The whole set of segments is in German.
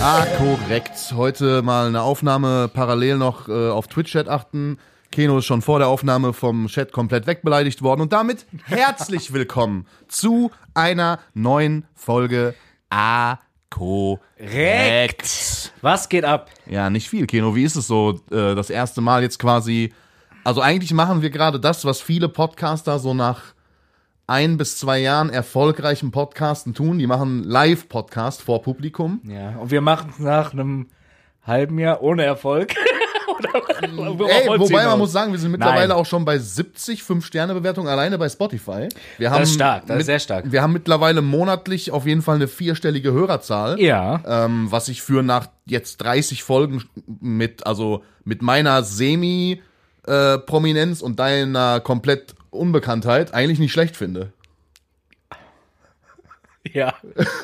Ah, korrekt. Heute mal eine Aufnahme parallel noch äh, auf Twitch-Chat achten. Keno ist schon vor der Aufnahme vom Chat komplett wegbeleidigt worden. Und damit herzlich willkommen zu einer neuen Folge A. Korrekt. Was geht ab? Ja, nicht viel. Keno, wie ist es so, äh, das erste Mal jetzt quasi? Also eigentlich machen wir gerade das, was viele Podcaster so nach ein bis zwei Jahren erfolgreichen Podcasten tun. Die machen Live-Podcast vor Publikum. Ja, und wir machen es nach einem halben Jahr ohne Erfolg. Ey, wobei man muss sagen, wir sind mittlerweile auch schon bei 70 5-Sterne-Bewertungen alleine bei Spotify. Wir haben ist stark, das ist sehr stark. Wir haben mittlerweile monatlich auf jeden Fall eine vierstellige Hörerzahl. Ja. Ähm, was ich für nach jetzt 30 Folgen mit, also mit meiner Semi-Prominenz und deiner komplett Unbekanntheit eigentlich nicht schlecht finde. Ja.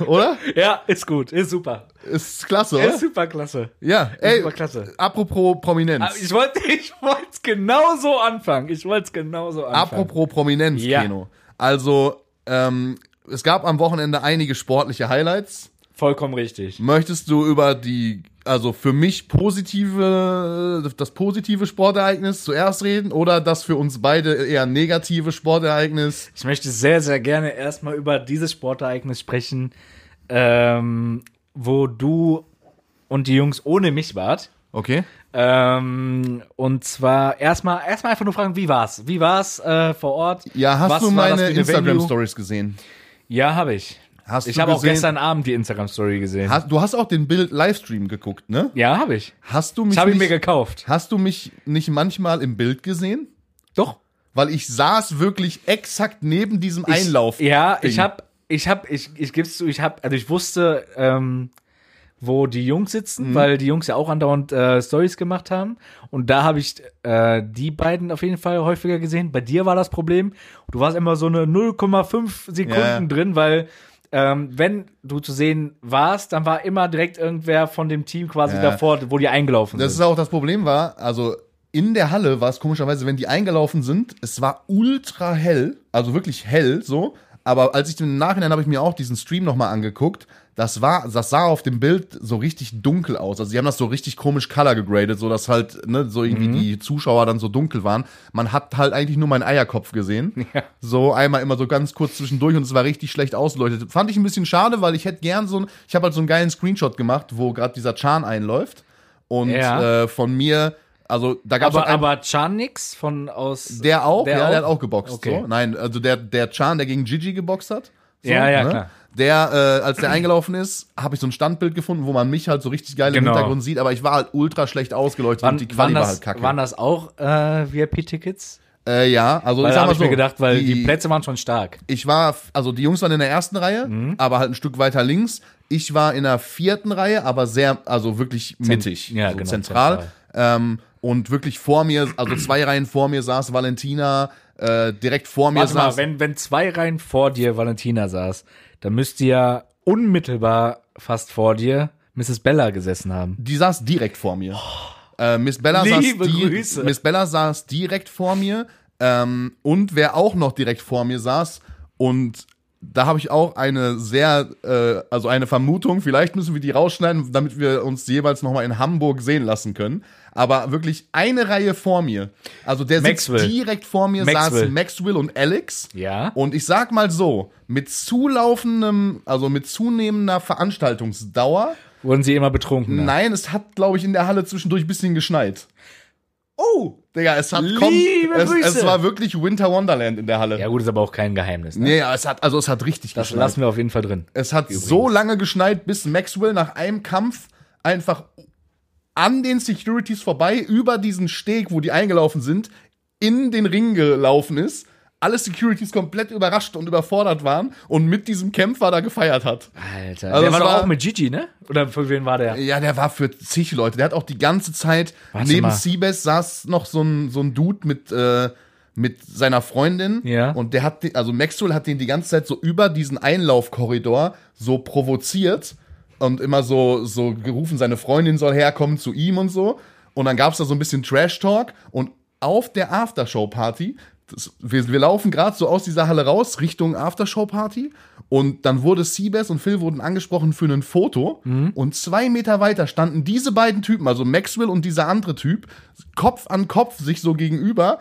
Oder? ja, ist gut, ist super. Ist klasse, oder? Ist super klasse. ja, ey, super klasse. Ah, apropos Prominenz. Aber Ich wollte ich wollt's genauso anfangen. Ich wollte es genauso anfangen. Apropos Prominenz, Ja. Keno. Also, ähm, es gab am Wochenende einige sportliche Highlights. Vollkommen richtig. Möchtest du über die, also für mich positive, das positive Sportereignis zuerst reden oder das für uns beide eher negative Sportereignis? Ich möchte sehr, sehr gerne erstmal über dieses Sportereignis sprechen, ähm, wo du und die Jungs ohne mich wart. Okay. Ähm, und zwar erstmal erstmal einfach nur fragen, wie war's? Wie war's äh, vor Ort? Ja, hast Was du war meine das für eine Venue? Instagram-Stories gesehen? Ja, habe ich. Hast ich du habe auch gesehen- gestern Abend die Instagram Story gesehen. Hast, du hast auch den Bild-Livestream geguckt, ne? ja, habe ich. Hast du mich, Das habe ich mir nicht, gekauft. hast du mich nicht manchmal im Bild gesehen? Doch. Weil ich saß wirklich exakt neben diesem Ich, Einlauf. Ja, ich Ding. habe ich habe ich ich gib's zu, ich habe also ich wusste ähm, wo die Jungs Mhm. sitzen, weil die Jungs ja auch andauernd äh, Stories gemacht haben und da habe ich äh, die beiden auf jeden Fall häufiger gesehen. Bei dir war das Problem, du warst immer so eine 0,5 Sekunden Ja. drin, weil ähm, wenn du zu sehen warst, dann war immer direkt irgendwer von dem Team quasi Ja. davor, wo die eingelaufen Das ist sind. auch das Problem war, also in der Halle war es komischerweise, wenn die eingelaufen sind, es war ultra hell, also wirklich hell so. Aber als ich im Nachhinein habe ich mir auch diesen Stream nochmal angeguckt, das war, das sah auf dem Bild so richtig dunkel aus. Also sie haben das so richtig komisch color gegradet, so dass halt, ne, so irgendwie Mhm. die Zuschauer dann so dunkel waren. Man hat halt eigentlich nur meinen Eierkopf gesehen. Ja. So einmal immer so ganz kurz zwischendurch und es war richtig schlecht ausgeleuchtet. Fand ich ein bisschen schade, weil ich hätte gern so ein, ich habe halt so einen geilen Screenshot gemacht, wo gerade dieser Chan einläuft. Und Ja. äh, von mir, also da gab es aber einen, aber Chan nix von aus der auch, der ja, der hat auch? auch geboxt. Okay. So. Nein, also der, der Chan, der gegen Gigi geboxt hat. So, ne? Ja, ja, klar. Der, äh, als der eingelaufen ist, habe ich so ein Standbild gefunden, wo man mich halt so richtig geil Genau. im Hintergrund sieht, aber ich war halt ultra schlecht ausgeleuchtet und die Quali waren das, war halt kacke. Waren das auch äh, VIP-Tickets? äh, ja, also Weil ich sag da habe mal ich so, mir gedacht, weil die, Plätze waren schon stark. ich war, also die Jungs waren in der ersten Reihe, Mhm. aber halt ein Stück weiter links. Ich war in der vierten Reihe, aber sehr, also wirklich mittig, ja, so genau, zentral. Ähm, und wirklich vor mir, also zwei Reihen vor mir saß Valentina, äh, direkt vor mir Warte mal, saß. wenn, wenn zwei Reihen vor dir Valentina saß, dann müsste ja unmittelbar fast vor dir Mrs. Bella gesessen haben. die saß direkt vor mir. Äh, Miss, Bella saß Oh. Liebe di- Grüße. Miss Bella saß direkt vor mir. Ähm, und wer auch noch direkt vor mir saß, und da habe ich auch eine sehr, äh, also eine Vermutung, vielleicht müssen wir die rausschneiden, damit wir uns jeweils nochmal in Hamburg sehen lassen können. Aber wirklich eine Reihe vor mir. Also der sitzt Maxwell. direkt vor mir Maxwell. saß Maxwell und Alex. Ja. Und ich sag mal so, mit zulaufendem, also mit zunehmender Veranstaltungsdauer Wurden sie immer betrunken? Nein, es hat, glaube ich, in der Halle zwischendurch ein bisschen geschneit. Oh! Digga, es hat Liebe kommt, Grüße. es, es war wirklich Winter Wonderland in der Halle. Ja, gut, ist aber auch kein Geheimnis. Ne? Nee, ja, es hat, also es hat richtig das geschneit. lassen wir auf jeden Fall drin. Es hat so lange geschneit, bis Maxwell nach einem Kampf einfach an den Securities vorbei, über diesen Steg, wo die eingelaufen sind, in den Ring gelaufen ist. Alle Securities komplett überrascht und überfordert waren und mit diesem Kämpfer da gefeiert hat. Alter. Also der es war- war doch auch mit Gigi, ne? Oder für wen war der? Ja, der war für zig Leute. Der hat auch die ganze Zeit Warte neben mal. Siebes saß noch so ein, so ein Dude mit, äh, mit seiner Freundin. Ja. Und der hat, den, also Maxwell hat den die ganze Zeit so über diesen Einlaufkorridor so provoziert und immer so, so gerufen, seine Freundin soll herkommen zu ihm und so. Und dann gab's da so ein bisschen Trash Talk und auf der Aftershow Party Das, wir, wir laufen gerade so aus dieser Halle raus Richtung Aftershow-Party und dann wurde Seabass und Phil wurden angesprochen für ein Foto und zwei Meter weiter standen diese beiden Typen, also Maxwell und dieser andere Typ, Kopf an Kopf sich so gegenüber.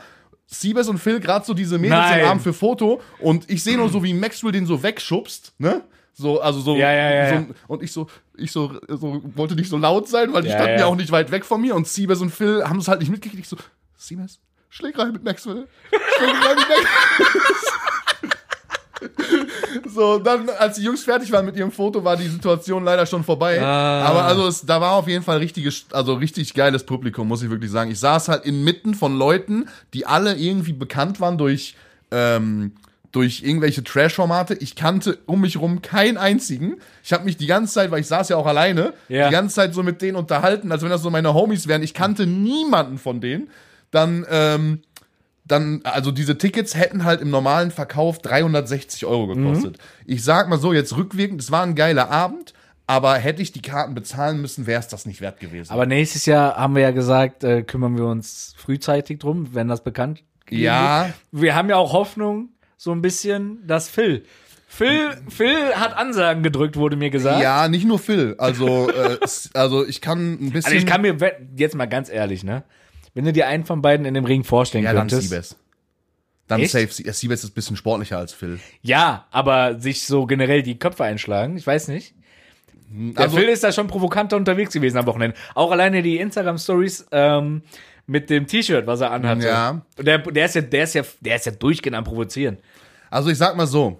Seabass und Phil gerade so diese Mädels Nein. im Arm für Foto und ich sehe nur so, wie Maxwell den so wegschubst, ne? So, also so, Ja, ja, ja, so ja. und ich so, ich so, so wollte nicht so laut sein, weil die Ja, standen ja ja. auch nicht weit weg von mir und Siebes und Phil haben es halt nicht mitgekriegt. Ich so, Siebes, schläg rein mit Maxwell. Schläg rein mit Maxwell. so, dann, als die Jungs fertig waren mit ihrem Foto, war die Situation leider schon vorbei. Ah. Aber also, es, da war auf jeden Fall richtiges, also richtig geiles Publikum, muss ich wirklich sagen. Ich saß halt inmitten von Leuten, die alle irgendwie bekannt waren durch, ähm, durch irgendwelche Trash-Formate. Ich kannte um mich rum keinen einzigen. Ich habe mich die ganze Zeit, weil ich saß ja auch alleine, Ja. die ganze Zeit so mit denen unterhalten, als wenn das so meine Homies wären. Ich kannte niemanden von denen. Dann, ähm, dann, also diese Tickets hätten halt im normalen Verkauf 360 Euro gekostet. Mhm. Ich sag mal so, jetzt rückwirkend, es war ein geiler Abend, aber hätte ich die Karten bezahlen müssen, wäre es das nicht wert gewesen. Aber nächstes Jahr haben wir ja gesagt, äh, kümmern wir uns frühzeitig drum, wenn das bekannt gegeben Ja. wird. Wir haben ja auch Hoffnung, so ein bisschen, dass Phil. Phil, Phil hat Ansagen gedrückt, wurde mir gesagt. ja, nicht nur Phil. Also, äh, s- also ich kann ein bisschen. Also ich kann mir, we- jetzt mal ganz ehrlich, ne? Wenn du dir einen von beiden in dem Ring vorstellen ja, dann könntest. Siebes. Dann Echt? safe. Sie- Siebes ist ein bisschen sportlicher als Phil. Ja, aber sich so generell die Köpfe einschlagen, ich weiß nicht. Der Also- Phil ist da schon provokanter unterwegs gewesen am Wochenende. Auch alleine die Instagram-Stories ähm, mit dem T-Shirt, was er anhatte. Ja. Und der, der, ist ja, der, ist ja, der ist ja durchgehend am Provozieren. Also ich sag mal so.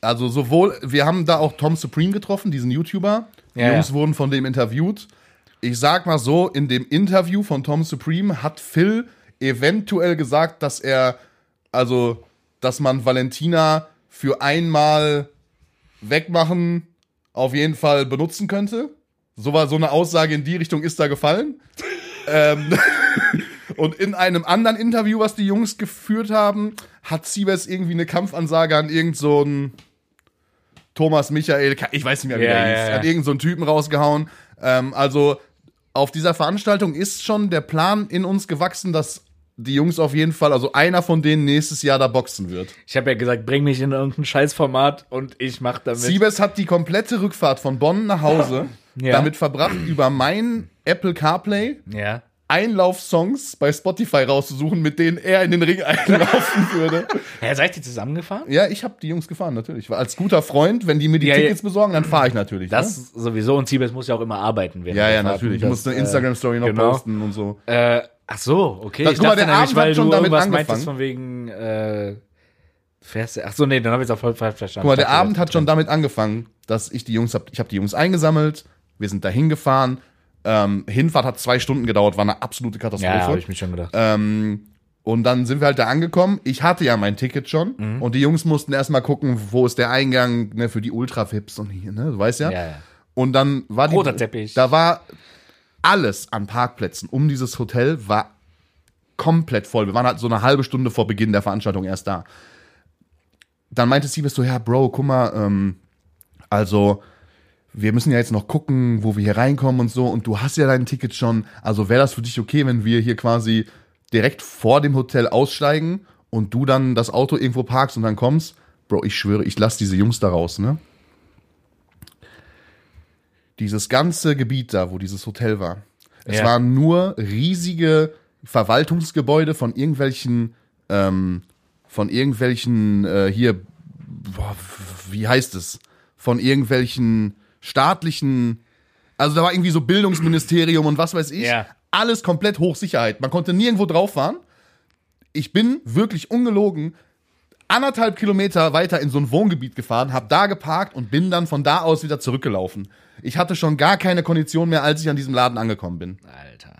Also sowohl, wir haben da auch Tom Supreme getroffen, diesen YouTuber. Die Ja, Jungs ja. wurden von dem interviewt. Ich sag mal so, in dem Interview von Tom Supreme hat Phil eventuell gesagt, dass er, also, dass man Valentina für einmal wegmachen auf jeden Fall benutzen könnte. So war so eine Aussage in die Richtung ist da gefallen. ähm, und in einem anderen Interview, was die Jungs geführt haben, hat Siebes irgendwie eine Kampfansage an irgend so einen Thomas Michael, ich weiß nicht mehr, wie Ja, der ja, hieß, ja. hat irgend so einen Typen rausgehauen. Ähm, also auf dieser Veranstaltung ist schon der Plan in uns gewachsen, dass die Jungs auf jeden Fall, also einer von denen nächstes Jahr da boxen wird. Ich habe ja gesagt, bring mich in irgendein Scheißformat und ich mach damit. Siebes hat die komplette Rückfahrt von Bonn nach Hause Ja. damit verbracht, über mein Apple CarPlay ja. Einlaufsongs bei Spotify rauszusuchen, mit denen er in den Ring einlaufen würde. ja. Seid ihr zusammengefahren? Ja, ich habe die Jungs gefahren, natürlich. Weil als guter Freund, wenn die mir die Ja, ja. Tickets besorgen, dann fahre ich natürlich. ne? Das sowieso. Und Siebes muss ja auch immer arbeiten. während Ja, der ja, Fahrt. natürlich. Ich Das, muss eine Instagram-Story noch genau. posten und so. Äh, äh, ach so, okay. Da- ich guck mal, der dachte nämlich, Abend weil hat schon du damit irgendwas angefangen. meintest von wegen, äh, fährst du, ach so, nee, dann habe ich es auch voll ver- verstanden. Guck mal, der Ich dachte, Abend hat schon damit angefangen, dass ich die Jungs hab, ich habe die Jungs eingesammelt, wir sind dahin gefahren. Ähm, Hinfahrt hat zwei Stunden gedauert, war eine absolute Katastrophe. Ja, habe ich mir schon gedacht. Ähm, und dann sind wir halt da angekommen. Ich hatte ja mein Ticket schon. Mhm. Und die Jungs mussten erstmal gucken, wo ist der Eingang ne, für die Ultra-Fips und hier, ne? Du weißt ja. Ja, ja. Und dann war die. Roter Teppich. Da war alles an Parkplätzen um dieses Hotel war komplett voll. Wir waren halt so eine halbe Stunde vor Beginn der Veranstaltung erst da. Dann meinte Siebes so, ja, Bro, guck mal, ähm, also wir müssen ja jetzt noch gucken, wo wir hier reinkommen und so. Und du hast ja dein Ticket schon. Also wäre das für dich okay, wenn wir hier quasi direkt vor dem Hotel aussteigen und du dann das Auto irgendwo parkst und dann kommst? Bro, ich schwöre, ich lass diese Jungs da raus, ne? Dieses ganze Gebiet da, wo dieses Hotel war, es Ja. waren nur riesige Verwaltungsgebäude von irgendwelchen, ähm, von irgendwelchen äh, hier boah, wie heißt es, von irgendwelchen staatlichen, also da war irgendwie so Bildungsministerium und was weiß ich, Ja. alles komplett Hochsicherheit. Man konnte nirgendwo drauf fahren. Ich bin wirklich ungelogen anderthalb Kilometer weiter in so ein Wohngebiet gefahren, habe da geparkt und bin dann von da aus wieder zurückgelaufen. Ich hatte schon gar keine Kondition mehr, als ich an diesem Laden angekommen bin. Alter.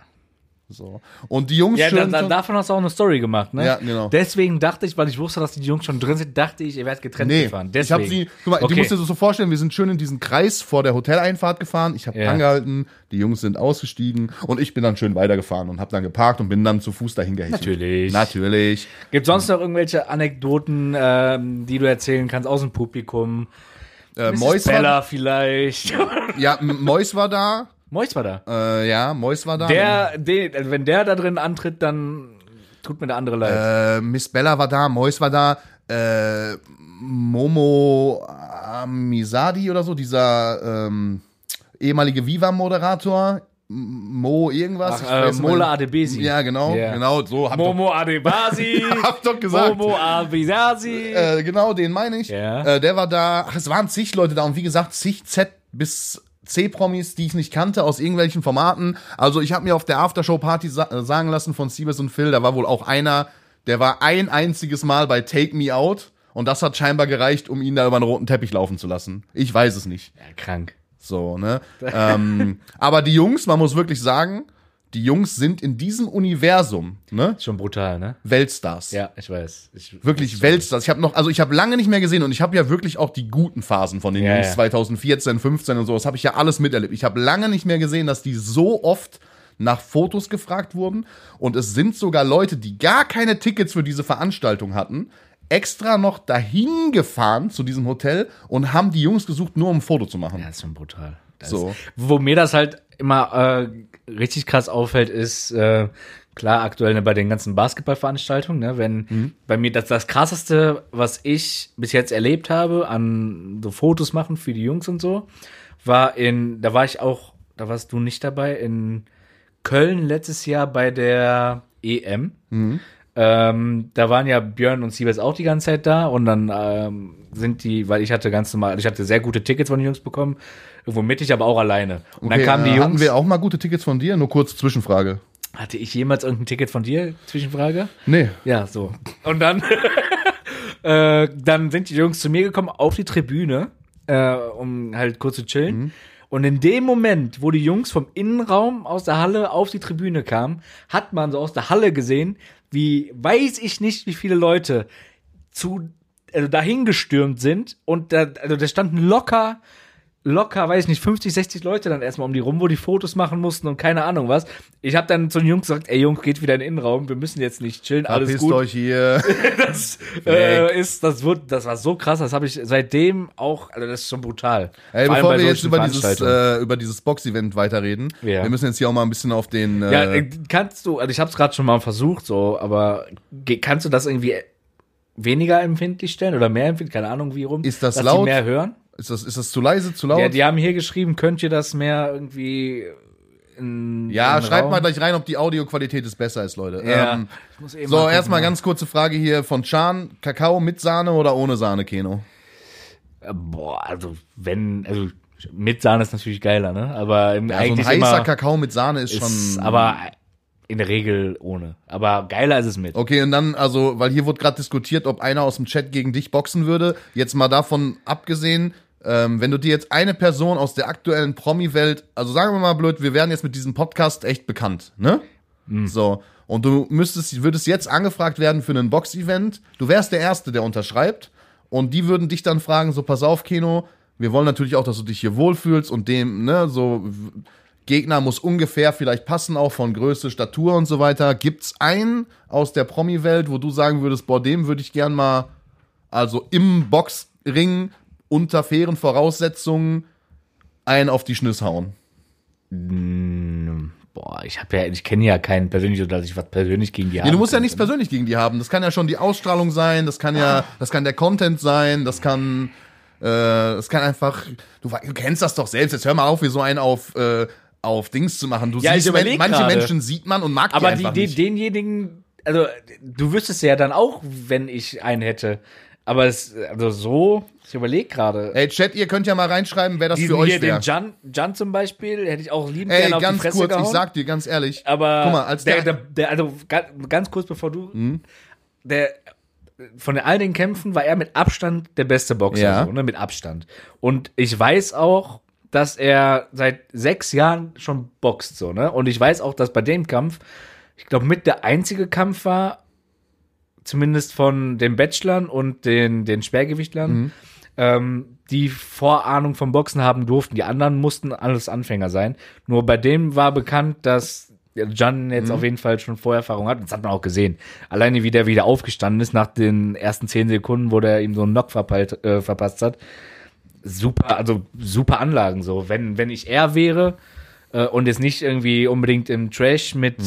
So. Und die Jungs Ja, schön- dann, dann, davon hast du auch eine Story gemacht, ne? Ja, genau. Deswegen dachte ich, weil ich wusste, dass die Jungs schon drin sind, dachte ich, ihr werdet getrennt Nee, gefahren. ich habe Deswegen. sie, guck mal, okay. du musst dir das so vorstellen, wir sind schön in diesen Kreis vor der Hoteleinfahrt gefahren, ich habe Ja. angehalten, die Jungs sind ausgestiegen und ich bin dann schön weitergefahren und habe dann geparkt und bin dann zu Fuß dahin gehechelt. Natürlich. Natürlich. Gibt sonst noch irgendwelche Anekdoten, ähm, die du erzählen kannst aus dem Publikum? Äh, Mrs. Mois, war, Bella vielleicht. ja, M- Mois war da, Ah, Mois war da. äh, ja, Mois war da. Der, den, wenn der da drin antritt, dann Tut mir der andere leid. Äh, Miss Bella war da, Mois war da, äh, Momo Amisadi oder so, dieser ähm, ehemalige Viva-Moderator, M- Mo irgendwas. ich Ach, äh, vergesse mal- Mola Adebesi. Ja, genau, Ja. genau, so hab ich Momo Adebasi. doch, hab doch gesagt. Momo Adebasi. Äh, genau, den meine ich. Ja. Äh, der war da. Ach, es waren zig Leute da und wie gesagt, zig Z bis C-Promis, die ich nicht kannte aus irgendwelchen Formaten. Also ich habe mir auf der Aftershow-Party sa äh, sagen lassen von Siebes und Phil, da war wohl auch einer, der war ein einziges Mal bei Take Me Out und das hat scheinbar gereicht, um ihn da über einen roten Teppich laufen zu lassen. Ich weiß es nicht. ja, krank. So, ne? ähm, aber die Jungs, man muss wirklich sagen, die Jungs sind in diesem Universum, ne? Schon brutal, ne? Weltstars. Ja, ich weiß. Ich, Wirklich Weltstars. Ich habe noch, also ich habe lange nicht mehr gesehen und ich habe ja wirklich auch die guten Phasen von den Ja, Jungs ja. 2014, 15 und so. Das habe ich ja alles miterlebt. Ich habe lange nicht mehr gesehen, dass die so oft nach Fotos gefragt wurden und es sind sogar Leute, die gar keine Tickets für diese Veranstaltung hatten, extra noch dahin gefahren zu diesem Hotel und haben die Jungs gesucht, nur um ein Foto zu machen. Ja, ist schon brutal. Das So. Ist, wo mir das halt immer äh, richtig krass auffällt, ist äh, klar aktuell ne, bei den ganzen Basketballveranstaltungen, ne, wenn bei mir das, das krasseste, was ich bis jetzt erlebt habe, an so Fotos machen für die Jungs und so, war in, da war ich auch, da warst du nicht dabei, in Köln letztes Jahr bei der EM. Mhm. Ähm, da waren ja Björn und Siebes auch die ganze Zeit da und dann ähm, sind die, weil ich hatte ganz normal, also ich hatte sehr gute Tickets von den Jungs bekommen, irgendwo mittig, aber auch alleine. Und dann Okay, kamen die äh, Jungs. hatten wir auch mal gute Tickets von dir? Nur kurz Zwischenfrage. hatte ich jemals irgendein Ticket von dir? Zwischenfrage? Nee. Ja, so. Und dann, äh, dann sind die Jungs zu mir gekommen auf die Tribüne, äh, um halt kurz zu chillen. Und in dem Moment, wo die Jungs vom Innenraum aus der Halle auf die Tribüne kamen, hat man so aus der Halle gesehen, wie weiß ich nicht, wie viele Leute zu also dahin gestürmt sind und da, also da standen locker locker, weiß ich nicht, 50, 60 Leute dann erstmal um die rum, wo die Fotos machen mussten und keine Ahnung was. Ich habe dann zu den Jungs gesagt, ey Jungs, geht wieder in den Innenraum, wir müssen jetzt nicht chillen, alles Verpisst gut. euch hier. Das äh, ist, das wird, das war so krass, das habe ich seitdem auch, also das ist schon brutal. Ey, Vor allem bevor bei wir jetzt solchen über dieses, Veranstaltungen. äh, über dieses Box-Event weiterreden, Ja. wir müssen jetzt hier auch mal ein bisschen auf den. Äh, ja, äh, kannst du, also ich habe es gerade schon mal versucht, so, aber ge- kannst du das irgendwie weniger empfindlich stellen oder mehr empfindlich, keine Ahnung wie rum, Ist das dass laut? Die mehr hören? ist, das, ist das zu leise, zu laut? Ja, Ja, die haben hier geschrieben, könnt ihr das mehr irgendwie in in den schreibt Raum? mal gleich rein, ob die Audioqualität ist besser ist, Leute. Ja. Ähm, Ich muss eben so, gucken. erstmal ganz kurze Frage hier von Chan: Kakao mit Sahne oder ohne Sahne, Keno? Äh, Boah, also wenn, also mit Sahne ist natürlich geiler, ne? Aber im, Also ein eigentlich heißer immer Kakao mit Sahne ist, ist, schon. aber in der Regel ohne. Aber geiler ist es mit. Okay, und dann, also, weil hier wurde gerade diskutiert, ob einer aus dem Chat gegen dich boxen würde. Jetzt mal davon abgesehen, ähm, wenn du dir jetzt eine Person aus der aktuellen Promi-Welt, also sagen wir mal blöd, wir werden jetzt mit diesem Podcast echt bekannt, ne? So. Und du müsstest, würdest jetzt angefragt werden für ein Box-Event. Du wärst der Erste, der unterschreibt. Und die würden dich dann fragen, so, pass auf, Keno, wir wollen natürlich auch, dass du dich hier wohlfühlst und dem, ne, so, w- Gegner muss ungefähr vielleicht passen, auch von Größe, Statur und so weiter. Gibt's einen aus der Promi-Welt, wo du sagen würdest, boah, dem würde ich gern mal, also im Boxring unter fairen Voraussetzungen einen auf die Schnüss hauen? Hm, Boah, ich habe ja, ich kenne ja keinen persönlich oder dass ich was persönlich gegen die habe. Ja, du musst ja nichts persönlich gegen die haben. Das kann ja schon die Ausstrahlung sein, das kann Ah. ja, das kann der Content sein, das kann, äh, das kann einfach, du, wei- du kennst das doch selbst. Jetzt hör mal auf, wie so einen auf, äh, auf Dings zu machen. Du Ja, ich siehst, man- überleg manche gerade. Menschen sieht man und mag Aber die die, einfach die, nicht. denjenigen, also du wüsstest ja dann auch, wenn ich einen hätte. Aber es, also so, ich überlege gerade. Ey, Chat, ihr könnt ja mal reinschreiben, wer das für Diesen euch hier, wäre. den Jan, Jan zum Beispiel, hätte ich auch lieben Ey, gerne auf die ganz Fresse kurz, gehauen. ich sag dir ganz ehrlich. Aber guck mal, als der, der, Hm? der, der also ga- ganz kurz bevor du, der von den all den Kämpfen war er mit Abstand der beste Boxer, Ja. so, ne, mit Abstand. Und ich weiß auch, dass er seit sechs Jahren schon boxt, so ne. Und ich weiß auch, dass bei dem Kampf, ich glaube, mit der einzige Kampf war, zumindest von den Bachelorn und den den Schwergewichtlern. Mhm. Ähm, die Vorahnung vom Boxen haben durften. Die anderen mussten alles Anfänger sein. Nur bei dem war bekannt, dass Jan jetzt auf jeden Fall schon Vorerfahrung hat. Das hat man auch gesehen. Alleine wie der wieder aufgestanden ist nach den ersten zehn Sekunden, wo der ihm so einen Knock verpeilt, äh, verpasst hat. Super, also super Anlagen so. Wenn, wenn ich er wäre, äh, und jetzt nicht irgendwie unbedingt im Trash mit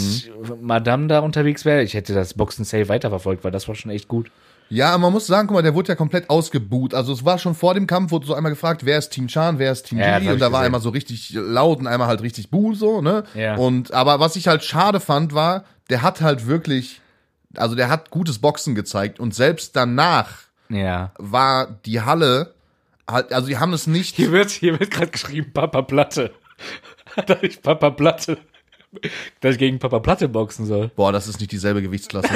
Madame da unterwegs wäre. Ich hätte das Boxen Sale weiterverfolgt, weil das war schon echt gut. Ja, man muss sagen, guck mal, der wurde ja komplett ausgebuht. Also es war schon vor dem Kampf, wurde so einmal gefragt, wer ist Team Chan, wer ist Team Ja, das Gigi. hab Und ich da war gesehen. einmal so richtig laut und einmal halt richtig buh, so, ne? Ja. Und aber was ich halt schade fand, war, der hat halt wirklich, also der hat gutes Boxen gezeigt und selbst danach Ja. war die Halle halt, also die haben es nicht. Hier wird, hier wird gerade geschrieben, Papa Platte. Dass ich Papa Platte. Dass ich gegen Papa Platte boxen soll. Boah, das ist nicht dieselbe Gewichtsklasse.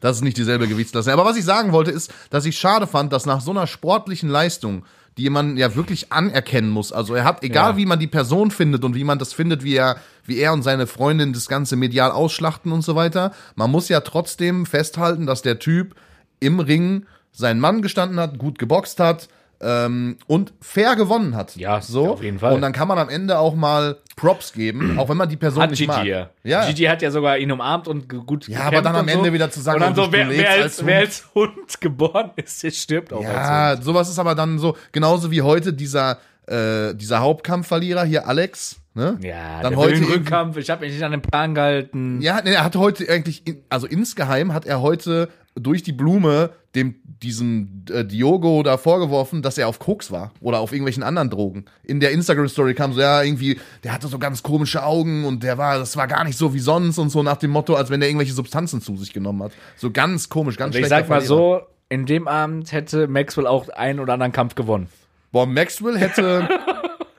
Das ist nicht dieselbe Gewichtsklasse. Aber was ich sagen wollte, ist, dass ich schade fand, dass nach so einer sportlichen Leistung, die man ja wirklich anerkennen muss, also er hat, egal Ja. wie man die Person findet und wie man das findet, wie er, wie er und seine Freundin das Ganze medial ausschlachten und so weiter, man muss ja trotzdem festhalten, dass der Typ im Ring seinen Mann gestanden hat, gut geboxt hat ähm, und fair gewonnen hat. Ja, so. auf jeden Fall. Und dann kann man am Ende auch mal Props geben, auch wenn man die Person Hat nicht Gigi mag. ja. Ja. Gigi hat ja sogar ihn umarmt und ge- gut Ja, aber dann am Ende wieder zu sagen, Und dann du so, wer, lebst wer, als als, Hund. wer als Hund geboren ist, der stirbt auch als Hund. Ja, sowas ist aber dann so, genauso wie heute dieser, äh, dieser Hauptkampfverlierer hier, Alex, ne? Ja, dann heute. der will den irgendwie- Rückkampf, ich habe mich nicht an den Plan gehalten. Also Ja, nee, er hat heute eigentlich, in, also insgeheim hat er heute durch die Blume dem, diesem äh, Diogo da vorgeworfen, dass er auf Koks war oder auf irgendwelchen anderen Drogen. In der Instagram-Story kam so, ja, irgendwie, der hatte so ganz komische Augen und der war, das war gar nicht so wie sonst und so nach dem Motto, als wenn der irgendwelche Substanzen zu sich genommen hat. So ganz komisch, ganz Also ich schlechter sag mal Verlierer. so, in dem Abend hätte Maxwell auch einen oder anderen Kampf gewonnen. Boah, Maxwell hätte.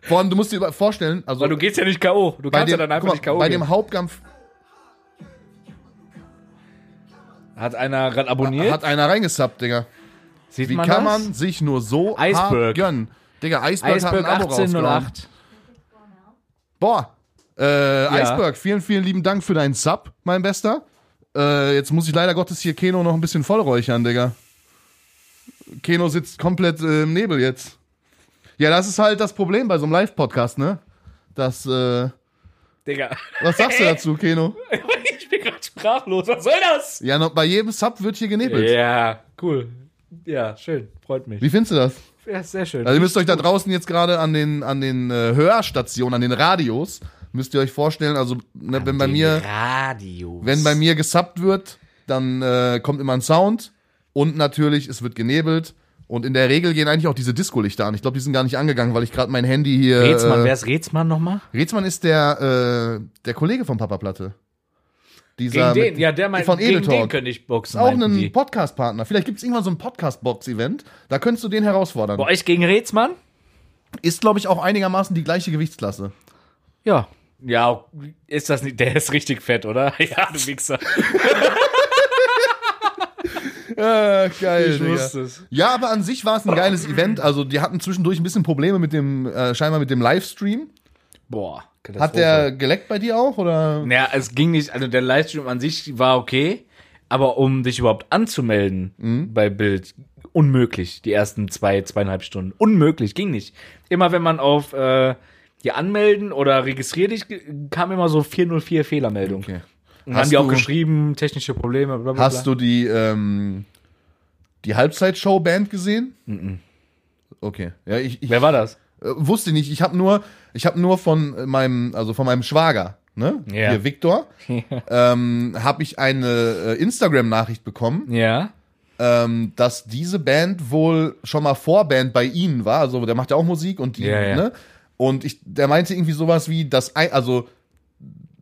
Vor allem, du musst dir über- vorstellen, also Weil du gehst ja nicht K.O. Du bei, kannst dem, ja dann guck einfach mal, nicht K.O. bei gehen. dem Hauptkampf Hat einer gerade abonniert? hat einer reingesubbt, Digga. Sieht Wie man kann das? man sich nur so Iceberg. hart gönnen? Digga, Iceberg, Eisberg hat ein Abo rausgehauen. 1808. Boah. Äh, Iceberg, vielen, vielen lieben Dank für deinen Sub, mein Bester. Äh, jetzt muss ich leider Gottes hier Keno noch ein bisschen vollräuchern, Digga. Keno sitzt komplett äh, im Nebel jetzt. Ja, das ist halt das Problem bei so einem Live-Podcast, ne? Das, äh, Digga. was sagst du dazu, Keno? Ich bin gerade sprachlos. Was soll das? Ja, noch bei jedem Sub wird hier genebelt. Ja, cool. Ja, schön. Freut mich. Wie findest du das? Ja, sehr schön. Also ihr müsst euch da draußen jetzt gerade an den, an den äh, Hörstationen, an den Radios, müsst ihr euch vorstellen, also ne, wenn bei mir, Radios. wenn bei mir gesubbt wird, dann äh, kommt immer ein Sound und natürlich, es wird genebelt. Und in der Regel gehen eigentlich auch diese Disco-Lichter an. Ich glaube, die sind gar nicht angegangen, weil ich gerade mein Handy hier. Rätsmann, äh, wer ist Rätsmann nochmal? Rätsmann ist der, äh, der Kollege von Papa Platte. Dieser mit- ja, der meint, von gegen den Edeltalk. könnte ich boxen. auch meinten die. ein Podcast-Partner. Vielleicht gibt es irgendwann so ein Podcast-Box-Event. Da könntest du den herausfordern. Bei euch gegen Rätsmann? Ist, glaube ich, auch einigermaßen die gleiche Gewichtsklasse. Ja. Ja, ist das nicht, der ist richtig fett, oder? Ja, du Wichser. Ja, geil, Ich Digga. wusste es. Ja, aber an sich war es ein geiles Event. Also die hatten zwischendurch ein bisschen Probleme mit dem, äh, scheinbar mit dem Livestream. Boah. Hat der geleckt bei dir auch oder? Naja, es ging nicht, also der Livestream an sich war okay, aber um dich überhaupt anzumelden bei Bild, unmöglich, die ersten zwei, zweieinhalb Stunden. Unmöglich, ging nicht. Immer wenn man auf äh, hier anmelden oder registrier dich, ge- kam immer so 404 Fehlermeldung. Okay. Und Hast haben die auch du- geschrieben, technische Probleme, bla bla Hast bla. du die ähm, die Halbzeitshow Band gesehen? Mhm. Okay. Ja, ich, ich äh, Wer war das? wusste nicht. Ich habe nur ich habe nur von äh, meinem also von meinem Schwager, ne? Ja. Hier Viktor, ähm, habe ich eine äh, Instagram Nachricht bekommen. Ja. ähm, dass diese Band wohl schon mal Vorband bei ihnen war. Also der macht ja auch Musik und die, Ja, ja. ne? Und ich, der meinte irgendwie sowas wie, dass ein, also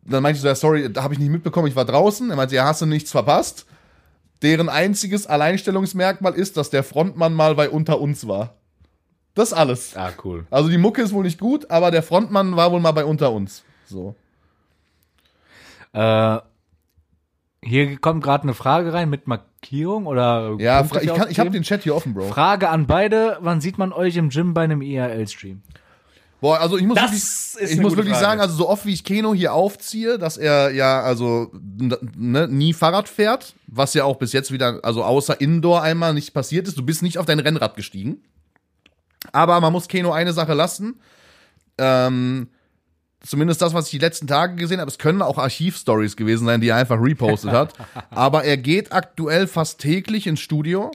dann meinte ich so, ja, sorry, da habe ich nicht mitbekommen, ich war draußen. Er meinte, ja, hast du nichts verpasst. Deren einziges Alleinstellungsmerkmal ist, dass der Frontmann mal bei unter uns war. Das alles. Ah, cool. Also die Mucke ist wohl nicht gut, aber der Frontmann war wohl mal bei unter uns. So. Äh, hier kommt gerade eine Frage rein mit Markierung oder. Ja, Punkte fra- ich, kann- ich habe ausgeben? den Chat hier offen, Bro. Frage an beide: Wann sieht man euch im Gym bei einem E IRL-Stream? Boah, also ich muss Das wirklich, ist ich eine muss gute wirklich Frage. sagen, also so oft wie ich Keno hier aufziehe, dass er ja also n- ne, nie Fahrrad fährt, was ja auch bis jetzt wieder, also außer Indoor einmal nicht passiert ist. Du bist nicht auf dein Rennrad gestiegen. Aber man muss Keno eine Sache lassen. Ähm, zumindest das, was ich die letzten Tage gesehen habe, es können auch Archivstories gewesen sein, die er einfach repostet hat. Aber er geht aktuell fast täglich ins Studio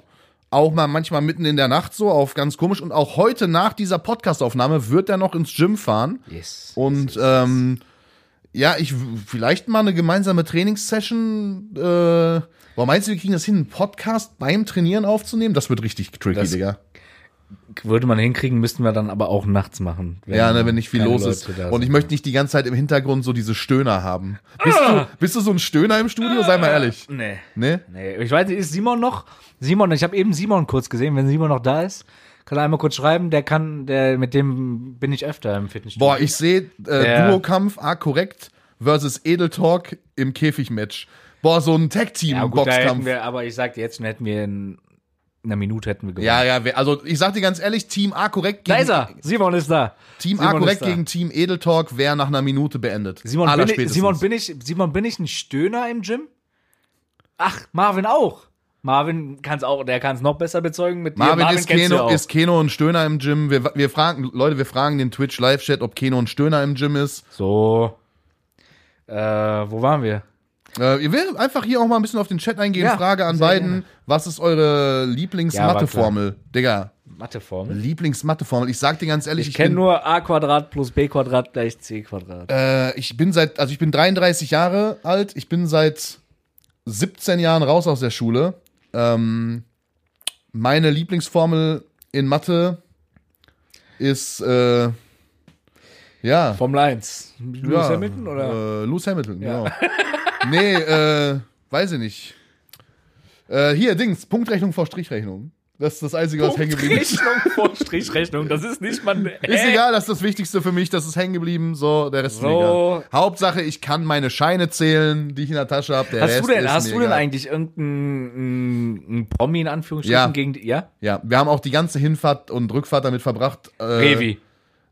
auch mal manchmal mitten in der Nacht so auf ganz komisch. Und auch heute nach dieser Podcastaufnahme wird er noch ins Gym fahren. Yes. Und ähm, ja, ich vielleicht mal eine gemeinsame Trainingssession. Äh, boah, meinst du, wir kriegen das hin, einen Podcast beim Trainieren aufzunehmen? Das wird richtig tricky, Das- Digga. Würde man hinkriegen, müssten wir dann aber auch nachts machen. Ja, ne, wenn nicht viel keine los Leute ist. da Und ich sind. Ah! möchte nicht die ganze Zeit im Hintergrund so diese Stöhner haben. Bist, du, bist du so ein Stöhner im Studio? Sei mal ehrlich. Nee. Ne? Nee, ich weiß nicht, ist Simon noch? Simon, ich habe eben Simon kurz gesehen, wenn Simon noch da ist, kann er einmal kurz schreiben, der kann, der, mit dem bin ich öfter im Fitnessstudio. Boah, ich sehe äh, Ja. Duo-Kampf A korrekt versus Edeltalk im Käfig-Match. Boah, so ein ja, gut, da hätten Tag-Team-Boxkampf. wir, aber ich sag dir jetzt schon, hätten wir in einer Minute hätten wir gewonnen. Ja, ja, wer- also ich sag dir ganz ehrlich, Team A korrekt da ist gegen, er, Simon ist da. Team A Simon korrekt ist da. gegen Team Edeltalk, wer nach einer Minute beendet. Simon bin, ich, Allerspätestens. Simon, bin ich, Simon, bin ich ein Stöhner im Gym? Ach, Marvin auch. Marvin kann es auch, der kann es noch besser bezeugen mit dir. Marvin, ist, kennst du Keno, auch. ist Keno ein Stöhner im Gym. Wir, wir fragen, Leute, wir fragen den Twitch-Live-Chat, ob Keno ein Stöhner im Gym ist. So. Äh, wo waren wir? Äh, ihr will einfach hier auch mal ein bisschen auf den Chat eingehen. Ja, Frage an sehr beiden. Was ist eure Ja, war klar. Lieblingsmatheformel? Digga, Matheformel. Lieblingsmatheformel. Ich sag dir ganz ehrlich, Ich bin- kenne nur a Quadrat plus b Quadrat gleich c Quadrat. Äh, ich bin seit, also ich bin 33 Jahre alt, ich bin seit 17 Jahren raus aus der Schule. Ähm, meine Lieblingsformel in Mathe ist, äh, ja, Formel 1. Lewis ja, Hamilton oder? Äh, Lewis Hamilton, genau. nee, äh, weiß ich nicht. Äh, hier, Dings, Punktrechnung vor Strichrechnung. Das ist das Einzige, was hängen geblieben ist. Rechnung vor Strichrechnung. Das ist nicht mal. Ist Hä? egal, das ist das Wichtigste für mich, das ist hängen geblieben, so, der Rest So. ist mir egal. Hauptsache, ich kann meine Scheine zählen, die ich in der Tasche habe, der Hast Rest du denn, ist hast mir du denn egal. eigentlich irgendeinen einen Promi in Anführungsstrichen Ja. gegen die, ja? Ja, wir haben auch die ganze Hinfahrt und Rückfahrt damit verbracht. Äh, Revi.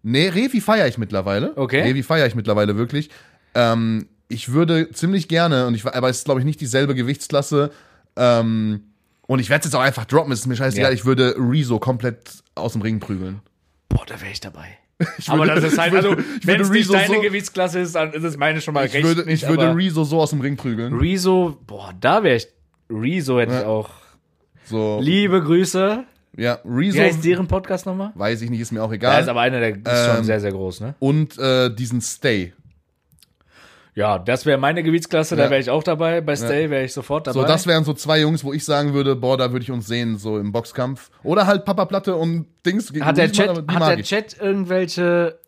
Nee, Revi feiere ich mittlerweile. Okay. Revi feiere ich mittlerweile wirklich. Ähm, ich würde ziemlich gerne, und ich, aber es ist, glaube ich, nicht dieselbe Gewichtsklasse, ähm, und ich werde es jetzt auch einfach droppen, es ist mir scheißegal, Ja. ich würde Rezo komplett aus dem Ring prügeln. Boah, da wäre ich dabei. würde- aber das ist ich halt, würde- also, ich wenn würde es nicht Rezo deine so- Gewichtsklasse ist, dann ist es meine schon mal Ich recht. würde, nicht, ich würde aber Rezo so aus dem Ring prügeln. Rezo, boah, da wäre ich. Rezo hätte ich auch. So, Liebe Grüße. ja, Wie Rezo, heißt deren Podcast nochmal? weiß ich nicht, ist mir auch Da egal. ist aber einer, der ist schon Ähm, sehr, sehr groß, ne? und äh, diesen Stay. Ja, das wäre meine Gewichtsklasse, Ja. da wäre ich auch dabei. Bei Stay wäre ich sofort dabei. So, das wären so zwei Jungs, wo ich sagen würde, boah, da würde ich uns sehen, so im Boxkampf. Oder halt Papa Platte und Dings gegen hat der Griezmann, Chat, aber die hat mag der ich. Chat irgendwelche,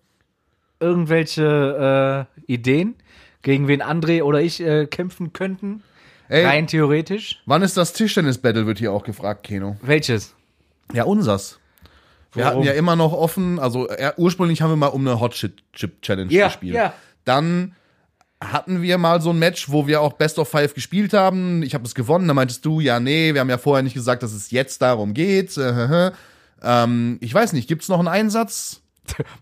irgendwelche äh, Ideen, gegen wen André oder ich äh, kämpfen könnten? Ey, Rein theoretisch. wann ist das Tischtennis-Battle, wird hier auch gefragt, Keno. Welches? Ja, unsers. Wir Warum? hatten ja immer noch offen, also äh, ursprünglich haben wir mal um eine Hot Shit Chip Challenge Ja, gespielt. ja. Dann hatten wir mal so ein Match, wo wir auch Best of Five gespielt haben. Ich habe es gewonnen, da meintest du, ja, nee, wir haben ja vorher nicht gesagt, dass es jetzt darum geht. Äh, äh, äh. ähm, ich weiß nicht, gibt's noch einen Einsatz?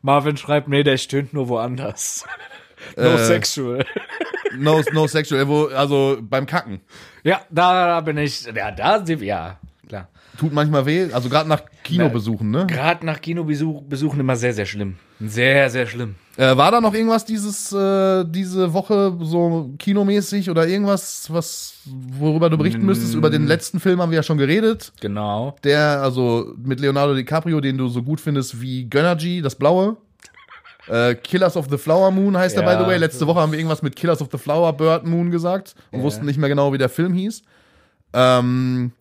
Marvin schreibt, nee, der stöhnt nur woanders. no sexual. No, no sexual, wo, also beim Kacken. Ja, da bin ich. Ja, da sind wir. Ja, klar. Tut manchmal weh, also gerade nach Kinobesuchen, ne? Gerade nach Kinobesuch besuchen immer sehr, sehr schlimm. Sehr, sehr schlimm. Äh, war da noch irgendwas dieses, äh, diese Woche so kinomäßig oder irgendwas, was, worüber du berichten müsstest? Über den letzten Film haben wir ja schon geredet. Genau. Der, also mit Leonardo DiCaprio, den du so gut findest wie Gönnergy, das Blaue. Äh, Killers of the Flower Moon heißt Ja. er, by the way. Letzte Woche haben wir irgendwas mit Killers of the Flower Bird Moon gesagt und wussten nicht mehr genau, wie der Film hieß. Ähm,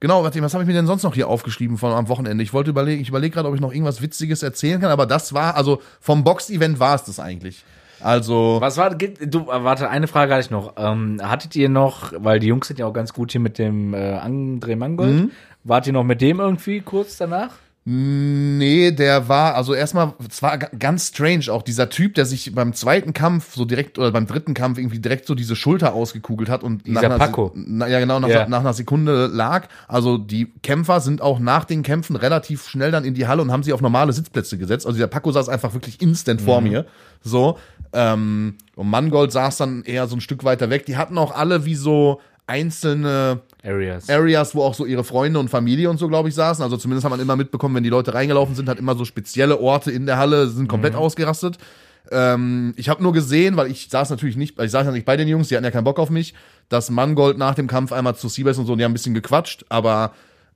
genau, warte, was habe ich mir denn sonst noch hier aufgeschrieben von am Wochenende? Ich wollte überlegen, ich überlege gerade, ob ich noch irgendwas Witziges erzählen kann, aber das war, also vom Box-Event war es das eigentlich. Also, Was war, gibt- du, äh, warte, eine Frage hatte ich noch. Ähm, hattet ihr noch, weil die Jungs sind ja auch ganz gut hier mit dem äh, André Mangold, wart ihr noch mit dem irgendwie kurz danach? nee, der war, also erstmal, es war ga- ganz strange auch, dieser Typ, der sich beim zweiten Kampf so direkt oder beim dritten Kampf irgendwie direkt so diese Schulter ausgekugelt hat und Dieser einer Paco. Se- Na, ja, genau, nach, Ja. nach einer Sekunde lag. Also die Kämpfer sind auch nach den Kämpfen relativ schnell dann in die Halle und haben sie auf normale Sitzplätze gesetzt. Also dieser Paco saß einfach wirklich instant vor Mhm. mir. So. Ähm, und Mangold saß dann eher so ein Stück weiter weg. Die hatten auch alle wie so einzelne Arias. Areas, wo auch so ihre Freunde und Familie und so, glaube ich, saßen. Also zumindest hat man immer mitbekommen, wenn die Leute reingelaufen sind, hat immer so spezielle Orte in der Halle, sind komplett ausgerastet. Ähm, ich habe nur gesehen, weil ich saß natürlich nicht, ich saß ja nicht bei den Jungs, die hatten ja keinen Bock auf mich, dass Mangold nach dem Kampf einmal zu Siebes und so, und die haben ein bisschen gequatscht, aber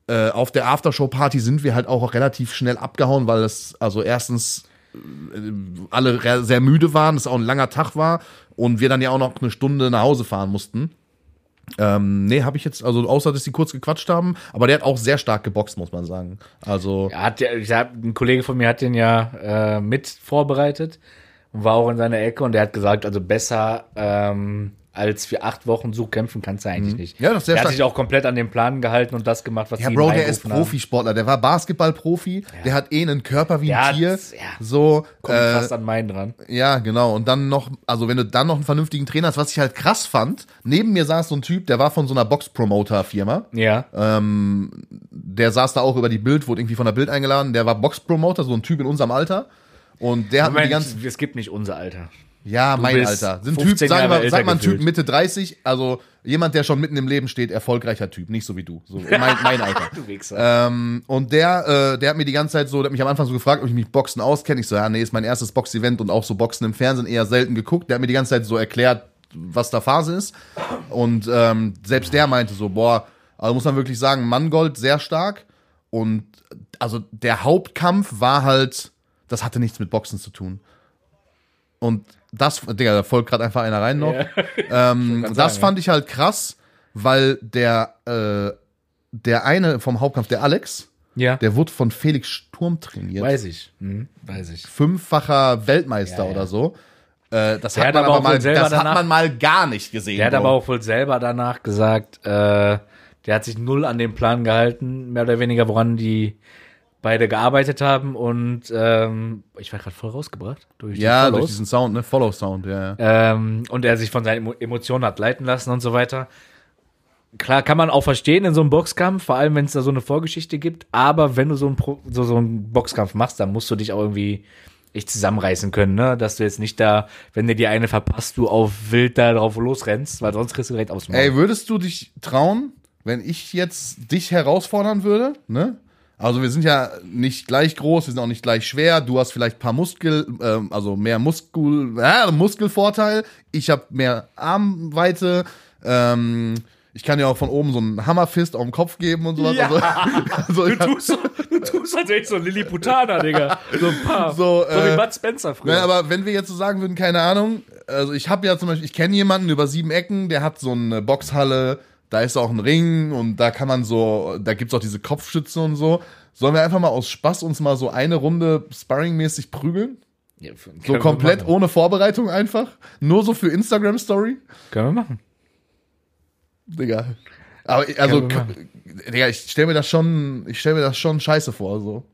äh, auf der Aftershow-Party sind wir halt auch relativ schnell abgehauen, weil das, also erstens äh, alle re- sehr müde waren, es auch ein langer Tag war und wir dann ja auch noch eine Stunde nach Hause fahren mussten. Ähm, nee, habe ich jetzt, also außer dass die kurz gequatscht haben, aber der hat auch sehr stark geboxt, muss man sagen. Also, Er hat ja, ich hab, ein Kollege von mir hat den ja äh, mit vorbereitet und war auch in seiner Ecke und der hat gesagt, also besser ähm, als für acht Wochen so kämpfen kannst du eigentlich nicht. Mhm. Ja, das ist sehr der hat stark. sich auch komplett an den Plan gehalten und das gemacht, was Ja, die Bro, ihm der ist eingerufen haben. Profisportler. Der war Basketballprofi. Der hat eh einen Körper wie Ja, ein Tier. das- ja. So, Kommt äh, fast an meinen dran. ja, genau. Und dann noch, also wenn du dann noch einen vernünftigen Trainer hast, was ich halt krass fand, neben mir saß so ein Typ, der war von so einer Box-Promoter-Firma. Ja. Der saß da auch über die Bild, wurde irgendwie von der Bild eingeladen. Der war Box-Promoter, so ein Typ in unserem Alter. Und der hat mir die Moment, ganzen, es gibt nicht unser Alter. ja, mein bist Alter. Sind 15 Typ, sag Jahre mal, älter sag mal ein Typ gefühlt. Mitte 30, also jemand, der schon mitten im Leben steht, erfolgreicher Typ, nicht so wie du. So, mein, mein Alter. Du Wichser. Ähm, und der, äh, der hat mir die ganze Zeit so, der hat mich am Anfang so gefragt, ob ich mich Boxen auskenne. Ich so, ja, nee, ist mein erstes Boxevent und auch so Boxen im Fernsehen eher selten geguckt. Der hat mir die ganze Zeit so erklärt, was da Phase ist. Und ähm, selbst der meinte so, boah, also muss man wirklich sagen, Mangold sehr stark. Und also der Hauptkampf war halt, das hatte nichts mit Boxen zu tun. Und das, Digga, da folgt gerade einfach einer rein noch. Ja. Ähm, grad das sagen, fand ich halt krass, weil der, äh, der eine vom Hauptkampf, der Alex, ja. der wurde von Felix Sturm trainiert. Weiß ich. Mhm. Weiß ich. Fünffacher Weltmeister Ja, ja. oder so. Äh, das hat, Der hat man aber aber auch wohl mal, selber das hat danach- man mal gar nicht gesehen. Der hat Bro. aber auch wohl selber danach gesagt, äh, der hat sich null an den Plan gehalten, mehr oder weniger, woran die beide gearbeitet haben. Und ähm, ich war gerade voll rausgebracht durch die ja, durch Follows. diesen Sound, ne? Follow-Sound, ja, ja. ähm, und er sich von seinen Emo- Emotionen hat leiten lassen und so weiter. Klar, kann man auch verstehen in so einem Boxkampf, vor allem wenn es da so eine Vorgeschichte gibt. Aber wenn du so einen, Pro so, so einen Boxkampf machst, dann musst du dich auch irgendwie echt zusammenreißen können, ne? Dass du jetzt nicht da, wenn dir die eine verpasst, du auf wild da drauf losrennst, weil sonst kriegst du direkt aus dem Ey, würdest du dich trauen, wenn ich jetzt dich herausfordern würde, ne? Also wir sind ja nicht gleich groß, wir sind auch nicht gleich schwer. Du hast vielleicht ein paar Muskel, ähm, also mehr Muskel, äh, Muskelvorteil. Ich habe mehr Armweite. Ähm, ich kann dir auch von oben so einen Hammerfist auf den Kopf geben und sowas. Ja. Also, also ich hab- tust so, du tust halt echt so ein Lilliputaner, Digga. So ein paar. So, äh, Bud Spencer früher. Ne, aber wenn wir jetzt so sagen würden, keine Ahnung, also ich habe ja zum Beispiel, ich kenne jemanden über sieben Ecken, der hat so eine Boxhalle, da ist auch ein Ring und da kann man so, da gibt's auch diese Kopfschütze und so. Sollen wir einfach mal aus Spaß uns mal so eine Runde sparringmäßig prügeln? Ja, f- So können komplett Wir machen. ohne Vorbereitung einfach? Nur so für Instagram Story? Können wir machen. Digga. Aber ich- also Können wir machen. k- Digga, ich stell mir das schon, ich stell mir das schon scheiße vor so.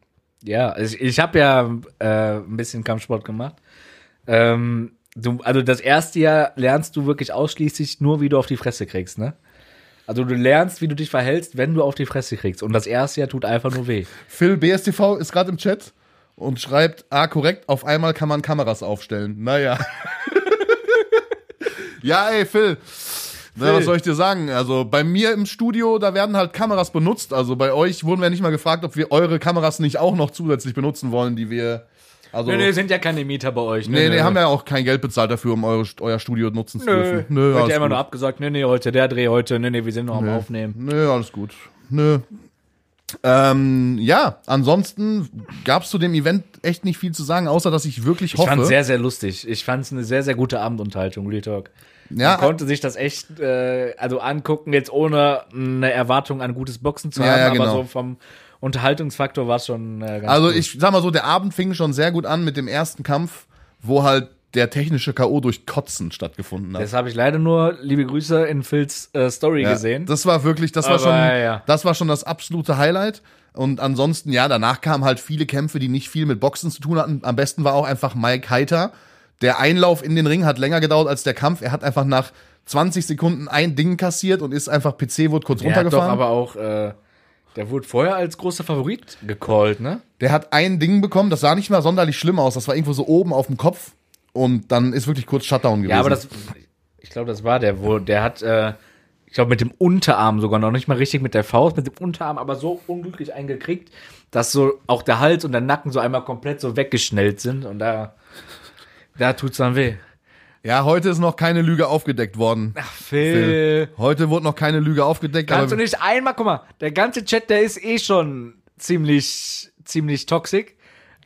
Ja, also ich, ich habe ja äh, ein bisschen Kampfsport gemacht. Ähm, du, also das erste Jahr lernst du wirklich ausschließlich nur, wie du auf die Fresse kriegst, ne? Also du lernst, wie du dich verhältst, wenn du auf die Fresse kriegst. Und das erste Jahr tut einfach nur weh. Phil BSTV ist gerade im Chat und schreibt, ah, korrekt, auf einmal kann man Kameras aufstellen. Naja. ja, ey, Phil. Na, Phil. was soll ich dir sagen? Also bei mir im Studio, da werden halt Kameras benutzt. Also bei euch wurden wir nicht mal gefragt, ob wir eure Kameras nicht auch noch zusätzlich benutzen wollen, die wir. Also, Nee, nee, nee, sind ja keine Mieter bei euch. nee, haben wir ja auch kein Geld bezahlt dafür, um eure, euer Studio nutzen zu Nö, dürfen. nö wird alles ja immer gut. nur abgesagt. Nee, nee, heute der Dreh, heute. Nee, nee, wir sind noch am Aufnehmen. Nö, alles gut. Nö. Ähm, ja, ansonsten gab es zu dem Event echt nicht viel zu sagen, außer dass ich wirklich Ich fand hoffe. es sehr, sehr lustig. Ich fand es eine sehr, sehr gute Abendunterhaltung, Real Talk. Man ja, konnte sich das echt äh, also angucken, jetzt ohne mm, eine Erwartung an gutes Boxen zu Ja, haben, ja, aber genau. so vom Unterhaltungsfaktor war es schon äh, ganz also gut. ich sag mal so, der Abend fing schon sehr gut an mit dem ersten Kampf, wo halt der technische K.O. durch Kotzen stattgefunden hat. Das habe ich leider nur, liebe Grüße, in Phils äh, Story Ja, gesehen. Das war wirklich, das war Aber schon, ja. das war schon das absolute Highlight. Und ansonsten, ja, danach kamen halt viele Kämpfe, die nicht viel mit Boxen zu tun hatten. Am besten war auch einfach Mike Heiter. Der Einlauf in den Ring hat länger gedauert als der Kampf. Er hat einfach nach 20 Sekunden ein Ding kassiert und ist einfach PC, wurde kurz der hat doch runtergefahren. aber auch, äh, der wurde vorher als großer Favorit gecallt, ne? Der hat ein Ding bekommen, das sah nicht mal sonderlich schlimm aus. Das war irgendwo so oben auf dem Kopf. Und dann ist wirklich kurz Shutdown gewesen. Ja, aber das, ich glaube, das war der, wo der hat, äh, ich glaube, mit dem Unterarm sogar noch nicht mal richtig mit der Faust, mit dem Unterarm aber so unglücklich eingekriegt, dass so auch der Hals und der Nacken so einmal komplett so weggeschnellt sind und da, da tut's dann weh. Ja, heute ist noch keine Lüge aufgedeckt worden. Ach, Phil. Heute wurde noch keine Lüge aufgedeckt. Kannst du aber nicht einmal, guck mal, der ganze Chat, der ist eh schon ziemlich, ziemlich toxisch.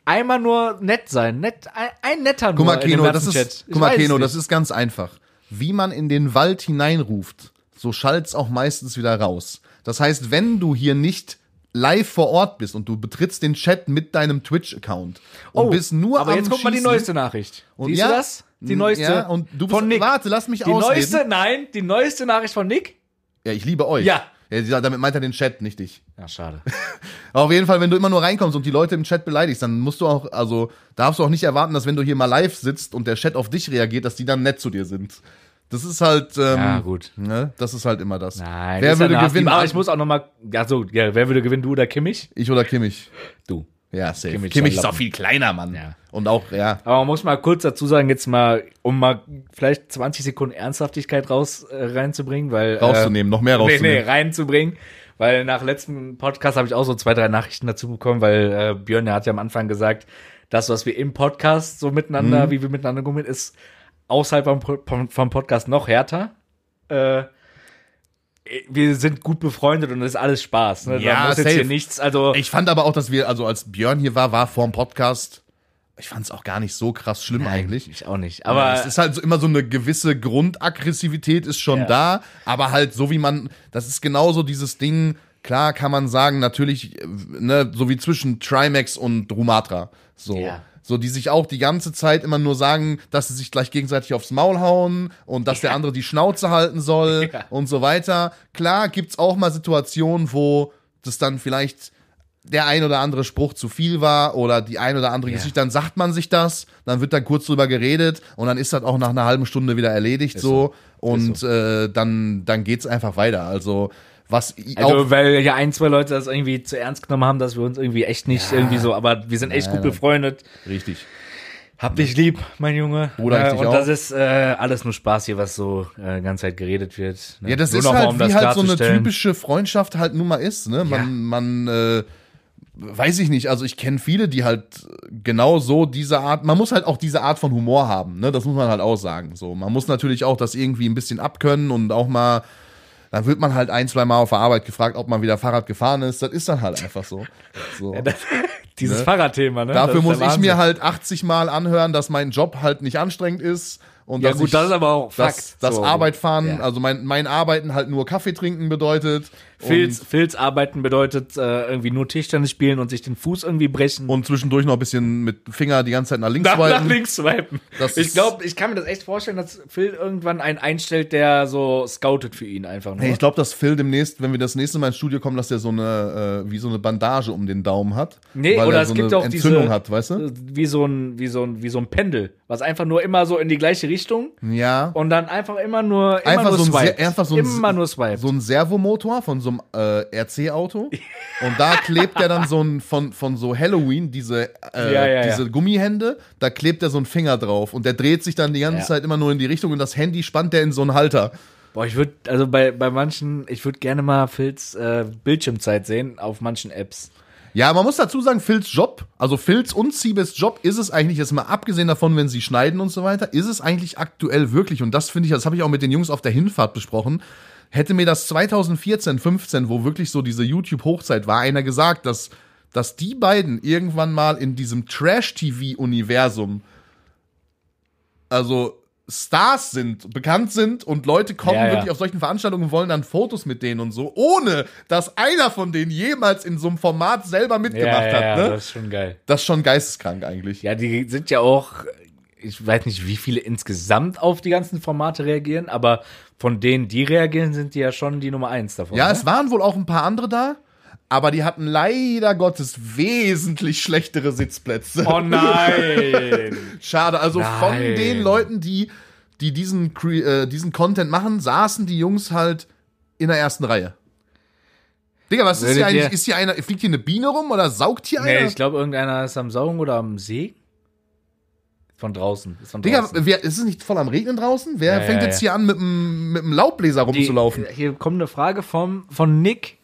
Einmal nur nett sein, nett, ein, ein netter guck nur mal, in dem Keno, das ganzen ist, Chat. Ich guck mal, weiß es Keno, nicht. das ist ganz einfach. Wie man in den Wald hineinruft, so schallt's auch meistens wieder raus. Das heißt, wenn du hier nicht live vor Ort bist und du betrittst den Chat mit deinem Twitch-Account und Oh, bist nur aber am jetzt guck mal die Schießen- neueste Nachricht. Und Siehst ja, du das? Die mm, neueste ja, und du bist- von Nick. warte, lass mich Die ausreden. neueste, nein, die neueste Nachricht von Nick. Ja, ich liebe euch. Ja. ja. Damit meint er den Chat, nicht dich. Ja, schade. Aber auf jeden Fall, wenn du immer nur reinkommst und die Leute im Chat beleidigst, dann musst du auch, also darfst du auch nicht erwarten, dass wenn du hier mal live sitzt und der Chat auf dich reagiert, dass die dann nett zu dir sind. Das ist halt, ähm, Ja, gut. Ne? Das ist halt immer das. Nein, das wer ist würde ja gewinnen? Aber ich muss auch nochmal, also, ja, wer würde gewinnen, du oder Kimmich? ich oder Kimmich? Du. Ja, safe. Kimmich Kimmich, ist soll auch lappen. viel kleiner, Mann. Ja. Und auch, ja. Aber man muss mal kurz dazu sagen, jetzt mal, um mal vielleicht 20 Sekunden Ernsthaftigkeit raus äh, reinzubringen, weil. Äh, Rauszunehmen, noch mehr nee, rauszunehmen. nee, reinzubringen. Weil nach letzten Podcast habe ich auch so zwei, drei Nachrichten dazu bekommen, weil äh, Björn, der hat ja am Anfang gesagt, das, was wir im Podcast so miteinander, Mhm. wie wir miteinander kommen, ist außerhalb vom, Pro- vom, vom Podcast noch härter. Äh, wir sind gut befreundet und das ist alles Spaß. Ne? da Ja, muss jetzt safe. hier nichts, also Ich fand aber auch, dass wir, also als Björn hier war, war vor dem Podcast, ich fand es auch gar nicht so krass schlimm eigentlich. ich auch nicht. Aber es ist halt so immer so eine gewisse Grundaggressivität ist schon Ja. da, aber halt so wie man, das ist genauso dieses Ding, klar kann man sagen, natürlich, äh, ne, so wie zwischen Trimax und Rumatra, so. Ja. So, die sich auch die ganze Zeit immer nur sagen, dass sie sich gleich gegenseitig aufs Maul hauen und dass der andere die Schnauze halten soll Ja. und so weiter. Klar gibt's auch mal Situationen, wo das dann vielleicht der ein oder andere Spruch zu viel war oder die ein oder andere Ja. Geschichte, dann sagt man sich das, dann wird dann kurz drüber geredet und dann ist das auch nach einer halben Stunde wieder erledigt so, und Äh, dann, dann geht's einfach weiter. Also was i- Also, auch, weil ja ein, zwei Leute das irgendwie zu ernst genommen haben, dass wir uns irgendwie echt nicht irgendwie so, aber wir sind echt gut befreundet. richtig. Hab dich lieb, mein Junge. Bruder, ich äh, dich und auch. das ist äh, alles nur Spaß hier, was so äh, die ganze Zeit geredet wird. ne? Ja, das Nur ist noch mal, halt, um wie das halt so eine klarzustellen. typische Freundschaft halt nun mal ist, ne? Man, Ja. man, äh, weiß ich nicht, also ich kenne viele, die halt genau so diese Art, man muss halt auch diese Art von Humor haben, ne? Das muss man halt auch sagen. So, man muss natürlich auch das irgendwie ein bisschen abkönnen und auch mal, dann wird man halt ein, zwei Mal auf der Arbeit gefragt, ob man wieder Fahrrad gefahren ist. Das ist dann halt einfach so. so. Dieses ne? Fahrradthema, ne? Dafür Das ist muss der ich mir Wahnsinn. halt 80 Mal anhören, dass mein Job halt nicht anstrengend ist. Und Ja, dass gut, ich, das ist aber auch dass, Fakt. dass So. Arbeit fahren, Ja. also mein, mein Arbeiten halt nur Kaffee trinken bedeutet. Filz, Filz arbeiten bedeutet äh, irgendwie nur Tischtennis spielen und sich den Fuß irgendwie brechen. Und, und zwischendurch noch ein bisschen mit Finger die ganze Zeit nach links nach, nach walten. links swipen. Das Ich ist- glaube, ich kann mir das echt vorstellen, dass Phil irgendwann einen einstellt, der so scoutet für ihn einfach nur. Hey, ich glaube, dass Phil demnächst, wenn wir das nächste Mal ins Studio kommen, dass der so eine, äh, wie so eine Bandage um den Daumen hat. Nee, weil oder er es so gibt eine auch diese- äh, Entzündung hat, weißt du? wie so ein wie so ein wie so ein Pendel, was einfach nur immer so in die gleiche Richtung Ja. und dann einfach immer nur immer Einfach nur so ein swiped. sehr- einfach so ein- immer nur swipe. So ein Servomotor von so einem äh, RC-Auto. Und da klebt er dann so ein, von, von so Halloween, diese, äh, Ja, ja, diese ja. Gummihände, da klebt er so einen Finger drauf. Und der dreht sich dann die ganze Ja. Zeit immer nur in die Richtung und das Handy spannt er in so einen Halter. Boah, ich würde also bei bei manchen, ich würde gerne mal Phils äh, Bildschirmzeit sehen auf manchen Apps. Ja, man muss dazu sagen, Phils Job, also Phils und Siebes Job ist es eigentlich, jetzt mal abgesehen davon, wenn sie schneiden und so weiter, ist es eigentlich aktuell wirklich, und das finde ich, das habe ich auch mit den Jungs auf der Hinfahrt besprochen, hätte mir das 2014, 15, wo wirklich so diese YouTube-Hochzeit war, einer gesagt, dass, dass die beiden irgendwann mal in diesem Trash-TV-Universum, also Stars sind, bekannt sind und Leute kommen Ja, ja. wirklich auf solchen Veranstaltungen und wollen dann Fotos mit denen und so, ohne dass einer von denen jemals in so einem Format selber mitgemacht ja, ja, hat. Ne? das ist schon geil. Das ist schon geisteskrank eigentlich. Ja, die sind ja auch ich weiß nicht, wie viele insgesamt auf die ganzen Formate reagieren, aber von denen, die reagieren, sind die ja schon die Nummer eins davon. Ja, ne? es waren wohl auch ein paar andere da, aber die hatten leider Gottes wesentlich schlechtere Sitzplätze. Oh nein! Schade. Also von Nein. den Leuten, die, die diesen, Cre- äh, diesen Content machen, saßen die Jungs halt in der ersten Reihe. Digga, was ist Würdet hier eigentlich? ihr- Ist hier einer, fliegt hier eine Biene rum oder saugt hier einer? Nee, ich glaube, irgendeiner ist am Saugen oder am See. Von draußen. Ist von Digga, draußen. wer, ist es nicht voll am Regnen draußen? Wer Ja, fängt ja, jetzt ja. hier an, mit dem, mit dem Laubbläser Die- äh, rumzulaufen? Hier kommt eine Frage vom, von Nick,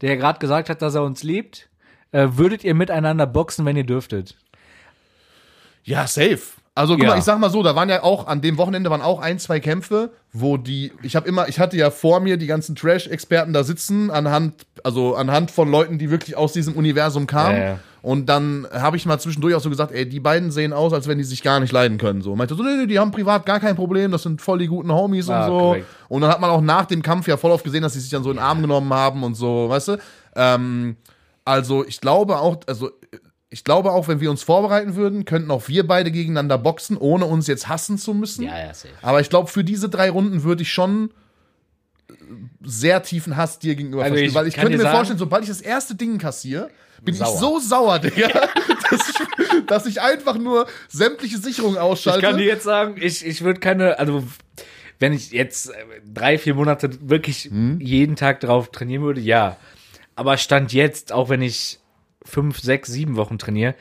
der gerade gesagt hat, dass er uns liebt. Äh, würdet ihr miteinander boxen, wenn ihr dürftet? Ja, safe. Also guck Ja. mal, ich sag mal so, da waren ja auch, an dem Wochenende waren auch ein, zwei Kämpfe, wo die, ich habe immer, ich hatte ja vor mir die ganzen Trash-Experten da sitzen, anhand, also anhand von Leuten, die wirklich aus diesem Universum kamen. Ja, ja. Und dann habe ich mal zwischendurch auch so gesagt, ey, die beiden sehen aus, als wenn die sich gar nicht leiden können. So meinte so, nö, nö, die haben privat gar kein Problem, das sind voll die guten Homies und Ah, so. korrekt. Und dann hat man auch nach dem Kampf ja voll oft gesehen, dass sie sich dann so in den Arm genommen haben und so, weißt du? Ähm, also ich glaube auch, also ich glaube auch, wenn wir uns vorbereiten würden, könnten auch wir beide gegeneinander boxen, ohne uns jetzt hassen zu müssen. Ja, ja, safe. Aber ich glaube, für diese drei Runden würde ich schon äh, sehr tiefen Hass dir gegenüber Also verspüren. ich Weil ich kann könnte mir dir sagen- vorstellen, sobald ich das erste Ding kassiere, bin Sauer. ich so sauer, Digga, dass, ich, dass ich einfach nur sämtliche Sicherungen Ich kann dir ausschalte. jetzt sagen, ich, ich würde keine, also wenn ich jetzt äh, drei, vier Monate wirklich Hm? jeden Tag drauf trainieren würde, ja. Aber Stand jetzt, auch wenn ich fünf, sechs, sieben Wochen trainiere,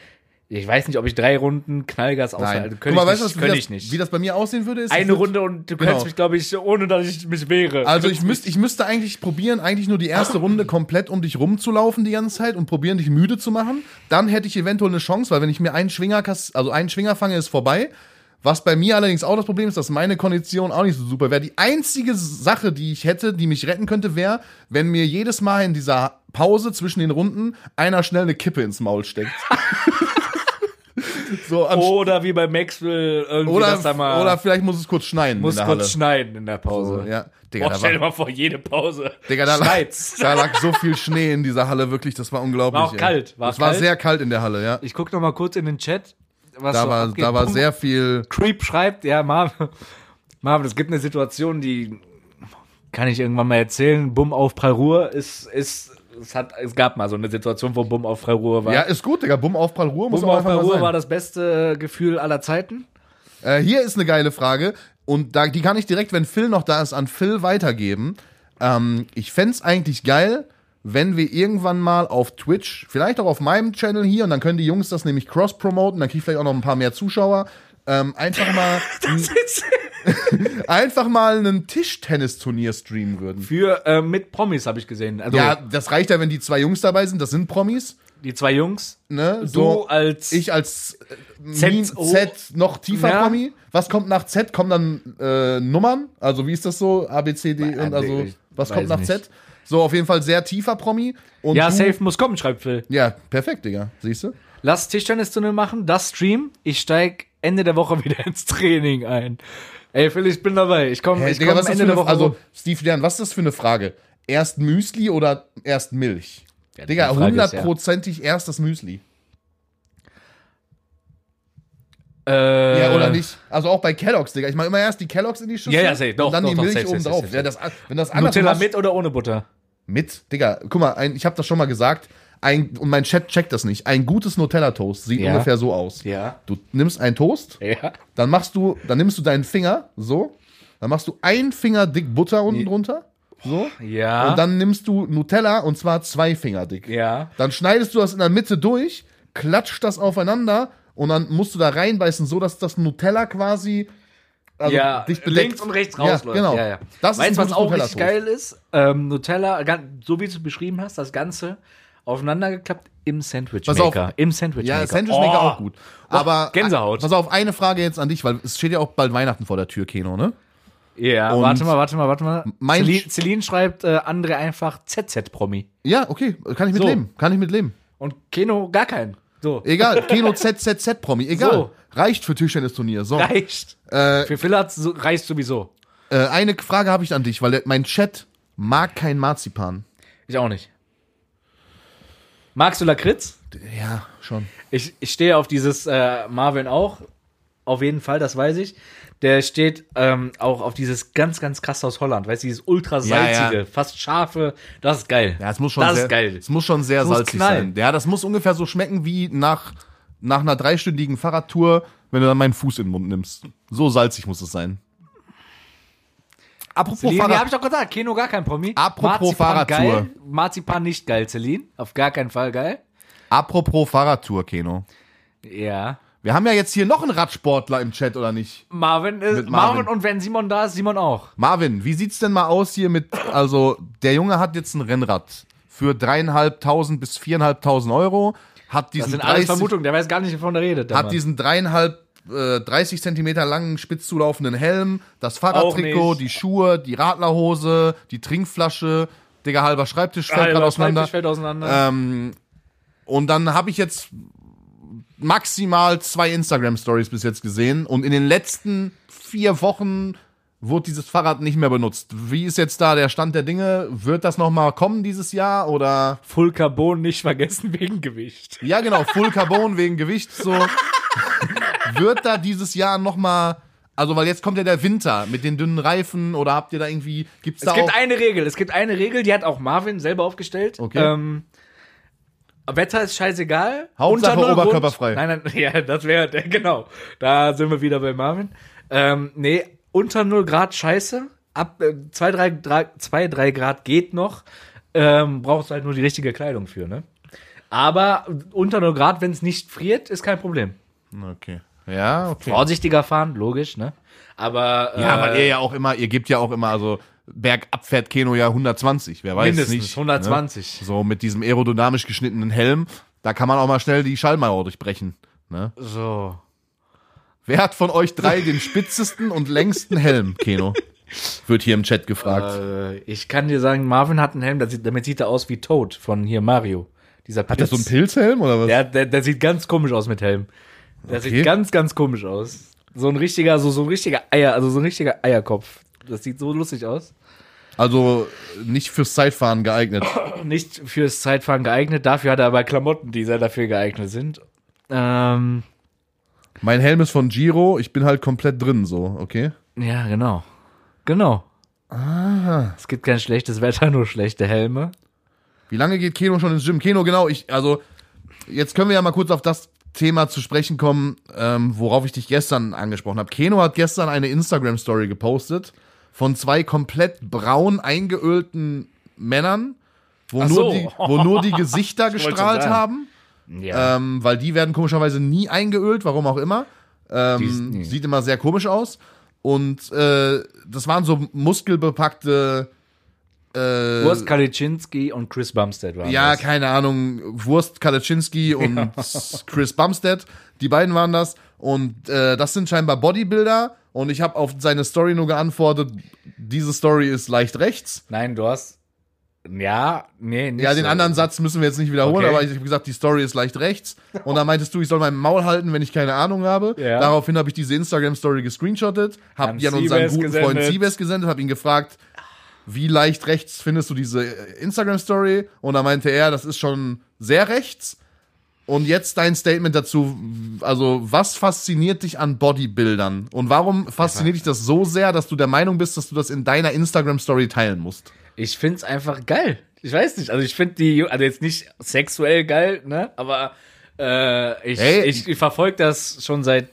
ich weiß nicht, ob ich drei Runden Knallgas aushalte. Nein, Könnte ich, nicht, du, könnte wie, ich das, nicht. wie das bei mir aussehen würde? Ist, ich Eine würd- Runde und du Genau. könntest mich, glaube ich, ohne dass ich mich wehre. Also ich müsste, ich müsste eigentlich probieren, eigentlich nur die erste Runde komplett um dich rumzulaufen die ganze Zeit und probieren, dich müde zu machen. Dann hätte ich eventuell eine Chance, weil wenn ich mir einen Schwinger, kass- also einen Schwinger fange, ist vorbei. Was bei mir allerdings auch das Problem ist, dass meine Kondition auch nicht so super wäre. Die einzige Sache, die ich hätte, die mich retten könnte, wäre, wenn mir jedes Mal in dieser Pause zwischen den Runden einer schnell eine Kippe ins Maul steckt. so, anst- Oder wie bei Maxwell irgendwie oder, Oh, das da mal oder vielleicht muss es kurz schneien. muss in der kurz Halle. schneiden in der Pause. So, ja. Digga, Boah, da stell war- dir mal vor, jede Pause. Digga, da lag, Schneit's. da lag so viel Schnee in dieser Halle, wirklich, das war unglaublich. War auch ey. kalt, war es war kalt. sehr kalt in der Halle, ja. Ich guck noch mal kurz in den Chat. Was Da so war, abgeht. da war Pum- sehr viel. Creep schreibt, ja, Marvin, Marvin, es gibt eine Situation, die kann ich irgendwann mal erzählen. Bumm auf Pralruhr ist, ist, es hat, es gab mal so eine Situation, wo Bumm auf Pralruhr war. Ja, ist gut, Digga. Bumm Aufprall Ruhe muss Bumm auch auf einfach Pralruhr war mal sein. das beste äh, Gefühl aller Zeiten. Äh, hier ist eine geile Frage. Und da, die kann ich direkt, wenn Phil noch da ist, an Phil weitergeben. Ähm, ich fänd's eigentlich geil, wenn wir irgendwann mal auf Twitch, vielleicht auch auf meinem Channel hier, und dann können die Jungs das nämlich cross-promoten, dann krieg ich vielleicht auch noch ein paar mehr Zuschauer. Ähm, einfach mal, einfach mal einen Tischtennisturnier streamen würden. Für, äh, mit Promis habe ich gesehen. Also, Ja, das reicht ja, wenn die zwei Jungs dabei sind, das sind Promis, die zwei Jungs. ne? Du als ich als äh, Z- Z, O. Z noch tiefer Ja. Promi. Was kommt nach Z? Kommen dann äh, Nummern? Also wie ist das so? A, B, C, D Nein, und also ich was weiß kommt nach nicht. Z? So, auf jeden Fall sehr tiefer Promi. Und ja, du, safe muss kommen, schreibt Phil. Ja, perfekt, Digga. Siehst du? Lass Tischtennisturnier machen, das Stream. Ich steig Ende der Woche wieder ins Training ein. Ey, Phil, ich bin dabei. Ich komme Hey, ich komm Digga, was ist das Ende für der eine, Woche. also rum. Steve Dern, was ist das für eine Frage? Erst Müsli oder erst Milch? Ja, die Digga, Frage ist ja- hundertprozentig erst das Müsli. äh, Also, Ja, oder nicht? Also auch bei Kellogg's, Digga. Ich mache immer erst die Kellogg's in die Schüssel Ja, ja, safe. Doch, und dann doch, die doch, Milch safe, safe, oben safe, drauf. safe, Ja, das, wenn das anders Nutella mit oder ohne Butter? mit, Digga. Guck mal, ein, ich habe das schon mal gesagt. Ein, und mein Chat checkt das nicht. Ein gutes Nutella-Toast sieht Ja. ungefähr so aus. Ja. Du nimmst einen Toast, Ja. dann machst du, dann nimmst du deinen Finger, so, dann machst du einen Finger dick Butter unten drunter, so, Ja. und dann nimmst du Nutella und zwar zwei Finger dick. ja. Dann schneidest du das in der Mitte durch, klatscht das aufeinander und dann musst du da reinbeißen, so dass das Nutella quasi also ja, dich bedeckt. links und rechts Ja, rausläuft. Genau. Ja, ja. Das weißt ist du, was auch Nutella richtig geil ist? Ähm, Nutella, gan- so wie du es beschrieben hast, das Ganze aufeinander geklappt im Pass Sandwichmaker. auf. Im Sandwichmaker. Ja, Sandwichmaker Oh. auch gut. Aber Gänsehaut. Pass auf, eine Frage jetzt an dich, weil es steht ja auch bald Weihnachten vor der Tür, Keno, ne? Ja, Und warte mal, warte mal, warte mal. mein Celine, Sch- Celine schreibt äh, André einfach ZZ-Promi. Ja, okay, kann ich mit So. leben, kann ich mit leben. Und Keno gar keinen. So. Egal, Keno ZZZ Promi, egal. So. Reicht für Tischtennisturnier. So, äh, Reicht. Für Phil hat's so, reicht sowieso. äh, eine Frage habe ich an dich, weil der, mein Chat mag kein Marzipan. Ich auch nicht. Magst du Lakritz? Ja, schon. Ich, ich stehe auf dieses äh, Marvin auch. Auf jeden Fall, das weiß ich. Der steht ähm, auch auf dieses ganz, ganz krass aus Holland. Weißt du, dieses ultra salzige, Ja, ja. fast scharfe. Das ist geil. Ja, es muss schon das sehr, ist geil. Es muss schon sehr muss salzig knallen. sein. Ja, das muss ungefähr so schmecken wie nach, nach einer dreistündigen Fahrradtour, wenn du dann meinen Fuß in den Mund nimmst. So salzig muss es sein. Apropos Celine, ja, Oh, Fahrrad. hab ich doch gesagt. Keno gar kein Promi. Apropos Fahrradtour. geil. Marzipan nicht geil, Celine. Auf gar keinen Fall geil. Apropos Fahrradtour, Keno. Ja. Wir haben ja jetzt hier noch einen Radsportler im Chat, oder nicht? Marvin ist Mit Marvin. Marvin. und wenn Simon da ist, Simon auch. Marvin, wie sieht's denn mal aus hier mit, also der Junge hat jetzt ein Rennrad für dreieinhalbtausend bis viereinhalbtausend Euro, hat Das diesen sind 30 alles Vermutungen, der weiß gar nicht, wovon er redet. der hat Mann. diesen dreieinhalb äh, 30 Zentimeter langen, spitz zulaufenden Helm, das Auch Fahrradtrikot, nicht. die Schuhe, die Radlerhose, die Trinkflasche, Digga, halber Schreibtisch fällt Halber gerade auseinander. Schreibtisch fällt auseinander. Ähm, und dann habe ich jetzt maximal zwei Instagram-Stories bis jetzt gesehen. Und in den letzten vier Wochen wurde dieses Fahrrad nicht mehr benutzt. Wie ist jetzt da der Stand der Dinge? Wird das nochmal kommen dieses Jahr? Oder Full Carbon nicht vergessen wegen Gewicht. ja, genau, Full Carbon wegen Gewicht. So wird da dieses Jahr nochmal. Also, weil jetzt kommt ja der Winter mit den dünnen Reifen oder habt ihr da irgendwie. Gibt's da Es gibt auch. eine Regel, es gibt eine Regel, die hat auch Marvin selber aufgestellt. Okay. Ähm, Wetter ist scheißegal. Hauptsache Unter null Grund- oberkörperfrei. Nein, nein, ja, das wäre, genau. Da sind wir wieder bei Marvin. Ähm, nee, unter 0 Grad scheiße. Ab 2, äh, 3 Grad, zwei, drei Grad geht noch. Ähm, brauchst halt nur die richtige Kleidung für, ne? Aber unter 0 Grad, wenn es nicht friert, ist kein Problem. Okay. Ja, okay. Vorsichtiger fahren, logisch, ne? Aber. Ja, eh äh, weil ihr ja auch immer, ihr gebt ja auch immer, also bergab fährt Keno ja 120, wer weiß Mindestens nicht. 120. Ne? So mit diesem aerodynamisch geschnittenen Helm, da kann man auch mal schnell die Schallmauer durchbrechen. Ne? So. Wer hat von euch drei den spitzesten und längsten Helm, Keno? Wird hier im Chat gefragt. Äh, ich kann dir sagen, Marvin hat einen Helm, das sieht, damit sieht er aus wie Toad von hier Mario. Dieser Pilz. Hat der so einen Pilzhelm oder was? Der, der, der sieht ganz komisch aus mit Helm. Der Okay. sieht ganz, ganz komisch aus. So ein richtiger, so, so ein richtiger Eier, also so ein richtiger Eierkopf. Das sieht so lustig aus. Also nicht fürs Zeitfahren geeignet. Nicht fürs Zeitfahren geeignet, dafür hat er aber Klamotten, die sehr dafür geeignet sind. Ähm, Mein Helm ist von Giro, ich bin halt komplett drin, so, okay? ja, genau. Genau. Ah. Es gibt kein schlechtes Wetter, nur schlechte Helme. Wie lange geht Keno schon ins Gym? Keno, genau, ich, also, jetzt können wir ja mal kurz auf das Thema zu sprechen kommen, ähm, worauf ich dich gestern angesprochen habe. Keno hat gestern eine Instagram-Story gepostet von zwei komplett braun eingeölten Männern, wo, Ach nur, so. die, wo nur die Gesichter Ich wollt's gestrahlt schon sagen. haben, Ja. ähm, weil die werden komischerweise nie eingeölt, warum auch immer. Die ist- nee. Ähm, sieht immer sehr komisch aus. Und äh, das waren so muskelbepackte. Äh, Urs Kaliczynski und Chris Bumstead waren ja, das. keine Ahnung, Wurst Kalaczynski und Chris Bumstead, die beiden waren das. Und äh, das sind scheinbar Bodybuilder. Und ich habe auf seine Story nur geantwortet, diese Story ist leicht rechts. Nein, du hast. Ja, nee, nicht Ja, den so. anderen Satz müssen wir jetzt nicht wiederholen, äh, Okay. aber ich habe gesagt, die Story ist leicht rechts. Und dann meintest du, ich soll meinen Maul halten, wenn ich keine Ahnung habe. Ja. Daraufhin habe ich diese Instagram-Story gescreenshottet, habe An die an unseren Siebes guten Freund gesendet. Siebes gesendet, habe ihn gefragt, wie leicht rechts findest du diese äh, Instagram-Story? Und da meinte er, das ist schon sehr rechts. Und jetzt dein Statement dazu, also was fasziniert dich an Bodybuildern? Und warum fasziniert dich das so sehr, dass du der Meinung bist, dass du das in deiner Instagram-Story teilen musst? Ich find's einfach geil. Ich weiß nicht. Also ich find die, also jetzt nicht sexuell geil, ne? Aber äh, ich, Hey. ich, ich verfolge das schon seit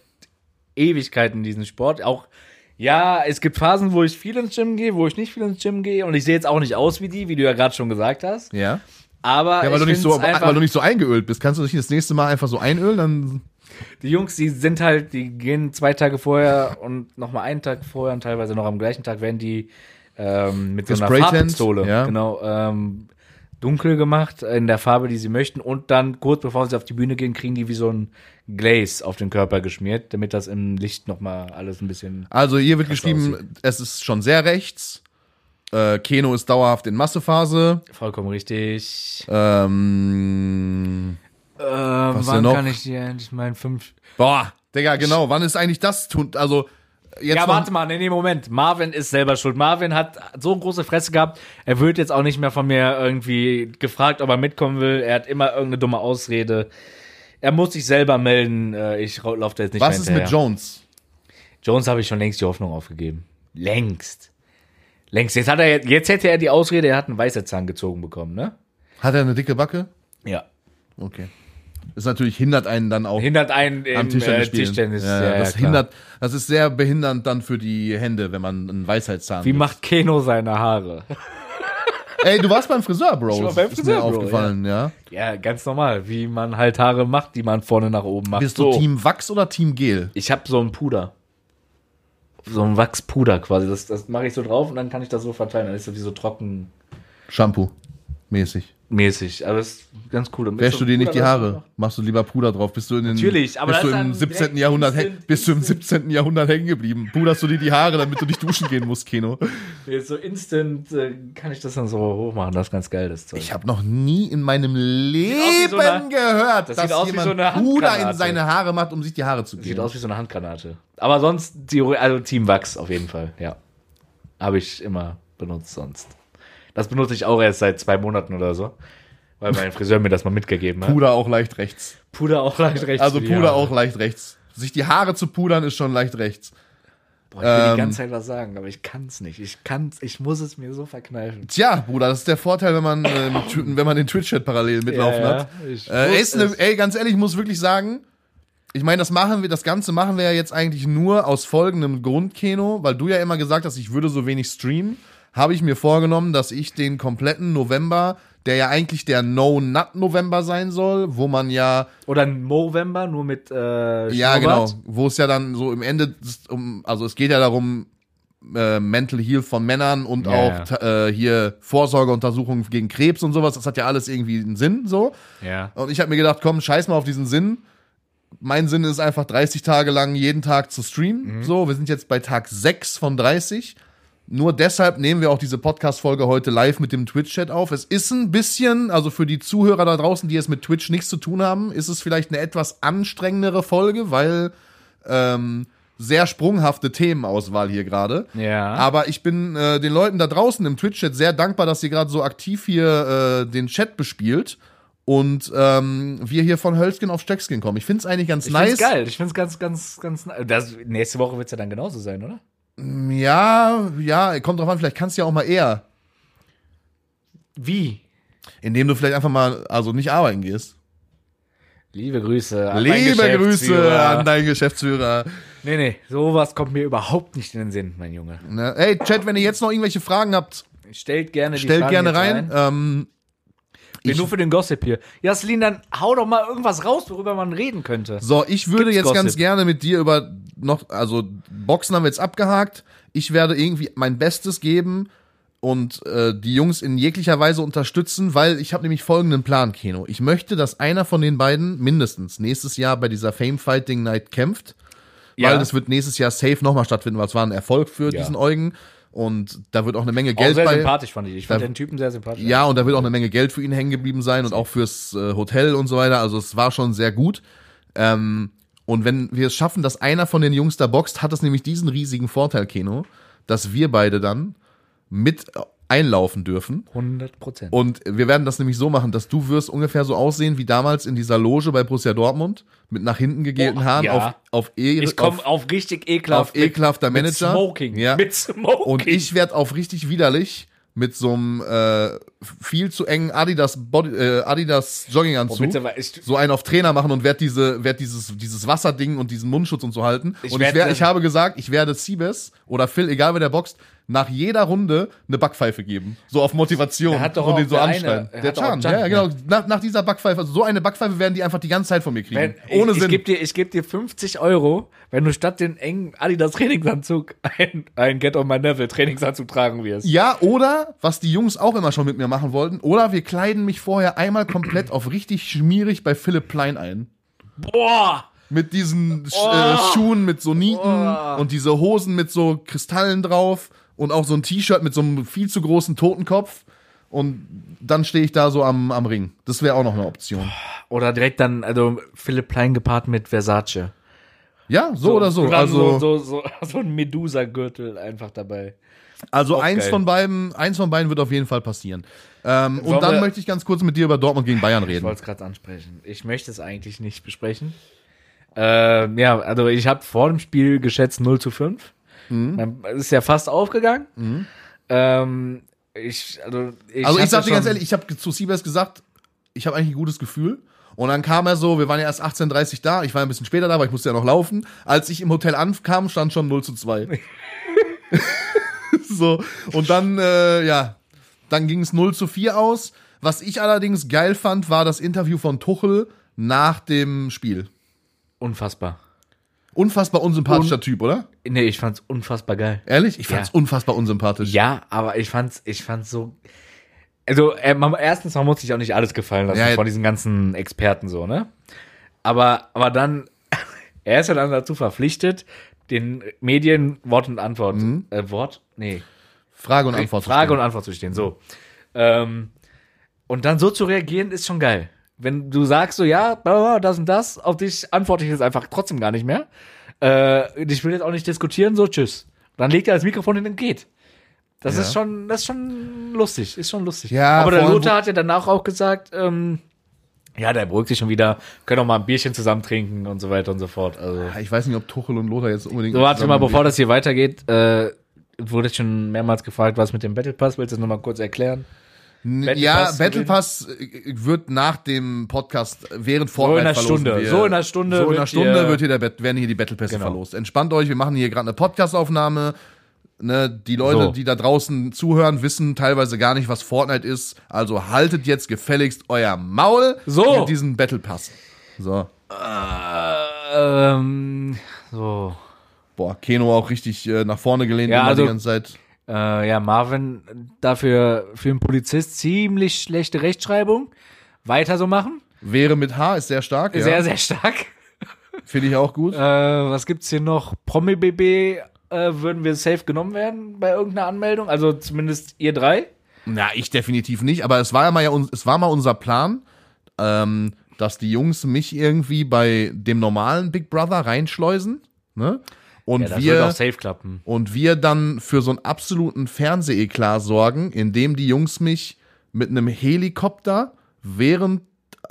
Ewigkeiten, diesen Sport. Auch ja, es gibt Phasen, wo ich viel ins Gym gehe, wo ich nicht viel ins Gym gehe. Und ich sehe jetzt auch nicht aus wie die, wie du ja gerade schon gesagt hast. Ja. Ja, Aber weil ich du, nicht so, find's einfach, weil du nicht so eingeölt bist. Kannst du dich das nächste Mal einfach so einölen? Dann die Jungs, die sind halt, die gehen zwei Tage vorher und nochmal einen Tag vorher und teilweise noch am gleichen Tag werden die ähm, mit so einer Gespraytent, Farbpistole, ja. genau, ähm, dunkel gemacht in der Farbe, die sie möchten und dann kurz bevor sie auf die Bühne gehen, kriegen die wie so ein Glaze auf den Körper geschmiert, damit das im Licht nochmal alles ein bisschen also hier wird geschrieben, aussieht. es ist schon sehr rechts. Äh, Keno ist dauerhaft in Massephase. vollkommen richtig. Ähm, Äh, wann denn noch? kann ich dir endlich meinen fünf? boah, Digga, genau. Wann ist eigentlich das tun? Also jetzt Ja, noch- warte mal, nee, nee, Moment. Marvin ist selber schuld. Marvin hat so eine große Fresse gehabt, er wird jetzt auch nicht mehr von mir irgendwie gefragt, ob er mitkommen will. Er hat immer irgendeine dumme Ausrede. Er muss sich selber melden. Äh, Ich rau- laufe da jetzt nicht Was mehr ist mit hinterher. Jones? Jones habe ich schon längst die Hoffnung aufgegeben. Längst. Längst. Jetzt, hat er, jetzt hätte er die Ausrede, er hat einen Weißerzahn gezogen bekommen, ne? Hat er eine dicke Backe? Ja. Okay. Das natürlich hindert einen dann auch Hindert einen im am äh, Tischtennis spielen. Tischtennis. Ja, Ja, ja, das klar. hindert, das ist sehr behindernd dann für die Hände, wenn man einen Weisheitszahn. Wie hat. macht Keno seine Haare? Ey, du warst beim Friseur, Bro. Ich war beim ist mir Friseur, Bro, aufgefallen, ja. Ja, ganz normal. Wie man halt Haare macht, die man vorne nach oben macht. Bist du Team Wachs oder Team Gel? Ich habe so ein Puder. So ein Wachspuder quasi. Das, das mache ich so drauf und dann kann ich das so verteilen. Dann ist das wie so trocken. Shampoo mäßig. mäßig. Aber es ist ganz cool. Dann Wäschst ist du so dir nicht Puder die drauf Haare? gemacht. Machst du lieber Puder drauf? Bist du in den, Natürlich, aber bist du das ist im dann 17. direkt Jahrhundert, instant- häng- bist du im 17. Jahrhundert hängen geblieben? Puderst du dir die Haare, damit du nicht duschen gehen musst, Keno? Jetzt so instant äh, kann ich das dann so hochmachen. Das ist ganz geil, das Zeug. Ich habe noch nie in meinem Leben aus wie so eine- gehört, das dass sieht aus wie jemand so eine Puder in Handgranate. seine Haare macht, um sich die Haare zu Sieht geben. aus wie so eine Handgranate. Aber sonst, die, also Team Wachs auf jeden Fall, ja. Habe ich immer benutzt sonst. Das benutze ich auch erst seit zwei Monaten oder so. Weil mein Friseur mir das mal mitgegeben hat. Puder auch leicht rechts. Puder auch leicht rechts. Also für die Puder Haare. auch leicht rechts. Sich die Haare zu pudern ist schon leicht rechts. Boah, ich will Ähm. die ganze Zeit was sagen, aber ich kann es nicht. Ich kann's, ich muss es mir so verkneifen. Tja, Bruder, das ist der Vorteil, wenn man, ähm, tw- wenn man den Twitch-Chat parallel mitlaufen Ja, ja, hat. ich Äh, wusste ist eine, es. ey, ganz ehrlich, ich muss wirklich sagen, ich meine, das machen wir, das Ganze machen wir ja jetzt eigentlich nur aus folgendem Grund, Keno, weil du ja immer gesagt hast, ich würde so wenig streamen, habe ich mir vorgenommen, dass ich den kompletten November, der ja eigentlich der No-Nut-November sein soll, wo man ja Oder ein Movember, nur mit äh, Ja, Schnurrbart. genau. Wo es ja dann so im Ende, des- um, also es geht ja darum, äh, Mental Heal von Männern und Ja, ja. auch ta- äh, hier Vorsorgeuntersuchungen gegen Krebs und sowas. Das hat ja alles irgendwie einen Sinn so. Ja. Und ich habe mir gedacht, komm, scheiß mal auf diesen Sinn. Mein Sinn ist einfach 30 Tage lang jeden Tag zu streamen. So, wir sind jetzt bei Tag 6 von 30. Nur deshalb nehmen wir auch diese Podcast-Folge heute live mit dem Twitch-Chat auf. Es ist ein bisschen, also für die Zuhörer da draußen, die jetzt mit Twitch nichts zu tun haben, ist es vielleicht eine etwas anstrengendere Folge, weil ähm, sehr sprunghafte Themenauswahl hier gerade. Ja. Oh. Aber ich bin äh, den Leuten da draußen im Twitch-Chat sehr dankbar, dass ihr gerade so aktiv hier äh, den Chat bespielt und ähm, wir hier von Hölzgen auf Stöckskin kommen. Ich find's eigentlich ganz Ich nice. find's geil. Ich find's ganz, ganz, ganz. ni- Das, nächste Woche wird's ja dann genauso sein, oder? Ja, ja, kommt drauf an, vielleicht kannst du ja auch mal eher, Wie? indem du vielleicht einfach mal, also nicht arbeiten gehst. Liebe Grüße. An meinen Liebe Grüße Geschäftsführer. an deinen Geschäftsführer. Nee, nee, sowas kommt mir überhaupt nicht in den Sinn, mein Junge. Ne? Ey, Chat, wenn ihr jetzt noch irgendwelche Fragen habt, Stellt gerne die stellt Fragen gerne jetzt rein. Ähm, Bin Ich- nur für den Gossip hier. Jaslin, dann hau doch mal irgendwas raus, worüber man reden könnte. So, ich würde Gibt's jetzt Gossip? ganz gerne mit dir über noch, also Boxen haben wir jetzt abgehakt. Ich werde irgendwie mein Bestes geben und äh, die Jungs in jeglicher Weise unterstützen, weil ich habe nämlich folgenden Plan, Keno. Ich möchte, dass einer von den beiden mindestens nächstes Jahr bei dieser Fame Fighting Night kämpft, Ja. weil das wird nächstes Jahr safe nochmal stattfinden, weil es war ein Erfolg für Ja. diesen Eugen und da wird auch eine Menge Auch Geld sehr bei sympathisch fand ich. Ich fand Da- den Typen sehr sympathisch. ja, und da wird auch eine Menge Geld für ihn hängen geblieben sein und auch fürs äh, Hotel und so weiter. Also es war schon sehr gut. Ähm, und wenn wir es schaffen, dass einer von den Jungs da boxt, hat das nämlich diesen riesigen Vorteil, Keno, dass wir beide dann mit einlaufen dürfen. 100 Prozent. Und wir werden das nämlich so machen, dass du wirst ungefähr so aussehen wie damals in dieser Loge bei Borussia Dortmund mit nach hinten gegelten Oh, Haaren ja. auf auf, Ehre, Ich komme auf, auf, richtig ekelhaft. auf ekelhafter Manager. Mit Smoking. Ja. Mit Smoking. Und ich werde auf richtig widerlich mit so einem äh, viel zu engen Adidas Body, äh, Adidas Oh, Jogginganzug bitte, weil ich, so einen auf Trainer machen und werde diese werd dieses dieses Wasserding und diesen Mundschutz und so halten Ich und ich, werd werd, dann- ich habe gesagt, ich werde Siebes oder Phil, egal wer der boxt, nach jeder Runde eine Backpfeife geben, so auf Motivation Der hat doch und auch den so der anschreien. eine, der der hat doch Chan, auch ja, Chan, ja genau, nach, nach dieser Backpfeife, also so eine Backpfeife werden die einfach die ganze Zeit von mir kriegen, wenn, ohne ich, Sinn. Ich gebe dir, ich geb dir 50 Euro, wenn du statt den engen Adidas Trainingsanzug ein, ein Get on my Level Trainingsanzug tragen wirst. Ja, oder, was die Jungs auch immer schon mit mir machen wollten, oder wir kleiden mich vorher einmal komplett auf richtig schmierig bei Philipp Plein ein. Boah! Mit diesen Sch Oh. äh, Schuhen mit so Nieten und diese Hosen mit so Kristallen drauf und auch so ein T-Shirt mit so einem viel zu großen Totenkopf. Und dann stehe ich da so am, am Ring. Das wäre auch noch eine Option. Oder direkt dann, also Philipp Plein gepaart mit Versace. Ja, so, oder so. Und dann Also, so, so, so, so ein Medusa-Gürtel einfach dabei. also eins geil. von beiden, eins von beiden wird auf jeden Fall passieren. Ähm, und Sollen dann wir- möchte ich ganz kurz mit dir über Dortmund gegen Bayern Ich reden. wollte es gerade ansprechen. Ich möchte es eigentlich nicht besprechen. Ähm, ja, also ich habe vor dem Spiel geschätzt 0 zu 5. Mhm. Man- Es ist ja fast aufgegangen. Ähm, ich, also ich, Also ich hab sag dir ja ganz schon- ehrlich, ich habe zu Siebers gesagt, ich habe eigentlich ein gutes Gefühl. Und dann kam er so, wir waren ja erst 18.30 Uhr da, ich war ein bisschen später da, weil ich musste ja noch laufen. Als ich im Hotel ankam, stand schon 0 zu 2. so, und dann, äh, ja, dann ging es 0 zu 4 aus. Was ich allerdings geil fand, war das Interview von Tuchel nach dem Spiel. unfassbar. Unfassbar unsympathischer Typ, oder? Nee, ich fand's unfassbar geil. Ehrlich? Ich fand's Ja. unfassbar unsympathisch. Ja, aber ich fand's, ich fand's so. also äh, man, erstens, man muss sich auch nicht alles gefallen lassen Ja, ja. von diesen ganzen Experten so, ne? Aber, aber dann, er ist ja dann dazu verpflichtet, den Medien Wort und Antwort, Mhm. äh, Wort, nee, Frage und Antwort. zu Frage stellen. und Antwort zu stehen, so. Ähm, und dann so zu reagieren, ist schon geil. Wenn du sagst so, ja, bla, bla, bla, das und das, auf dich antworte ich jetzt einfach trotzdem gar nicht mehr. Äh, ich will jetzt auch nicht diskutieren, so tschüss. Dann legt er das Mikrofon hin und geht. Das Ja. ist schon, das ist schon lustig, ist schon lustig. Ja, Aber der vor allem, Lothar wo- hat ja danach auch gesagt, ähm, ja, der beruhigt sich schon wieder, können auch mal ein Bierchen zusammen trinken und so weiter und so fort. Also. Ja, Ich weiß nicht, ob Tuchel und Lothar jetzt unbedingt. So, warte mal, zusammen- bevor das hier weitergeht, äh, wurde schon mehrmals gefragt, was mit dem Battle Pass, willst du das nochmal kurz erklären? N- Battle ja, Pass Battle reden? Pass äh, wird nach dem Podcast äh, während in Fortnite einer verlosen Stunde. Wir. So in einer Stunde So in einer wird Stunde hier- wird hier der Bet- werden hier die Battle Pässe Genau. verlost. Entspannt euch, wir machen hier gerade eine Podcastaufnahme. Ne, die Leute, So. die da draußen zuhören, wissen teilweise gar nicht, was Fortnite ist. Also haltet jetzt gefälligst euer Maul So. mit diesem Battle Pass. So. Äh, ähm, so. Boah, Keno auch richtig äh, nach vorne gelehnt Ja, immer also- die ganze Zeit. Äh, ja, Marvin, dafür für einen Polizist ziemlich schlechte Rechtschreibung. Weiter so machen. Wäre mit H ist sehr stark. Sehr, Ja. sehr stark. Finde ich auch gut. Äh, was gibt's hier noch? Promi-BB äh, würden wir safe genommen werden bei irgendeiner Anmeldung. Also zumindest ihr drei. Na, ich definitiv nicht, aber es war ja mal, ja, uns- es war mal unser Plan, ähm, dass die Jungs mich irgendwie bei dem normalen Big Brother reinschleusen, ne? Und Ja, das wird auch wir safe klappen. und wir dann für so einen absoluten Fernseheklar sorgen, indem die Jungs mich mit einem Helikopter während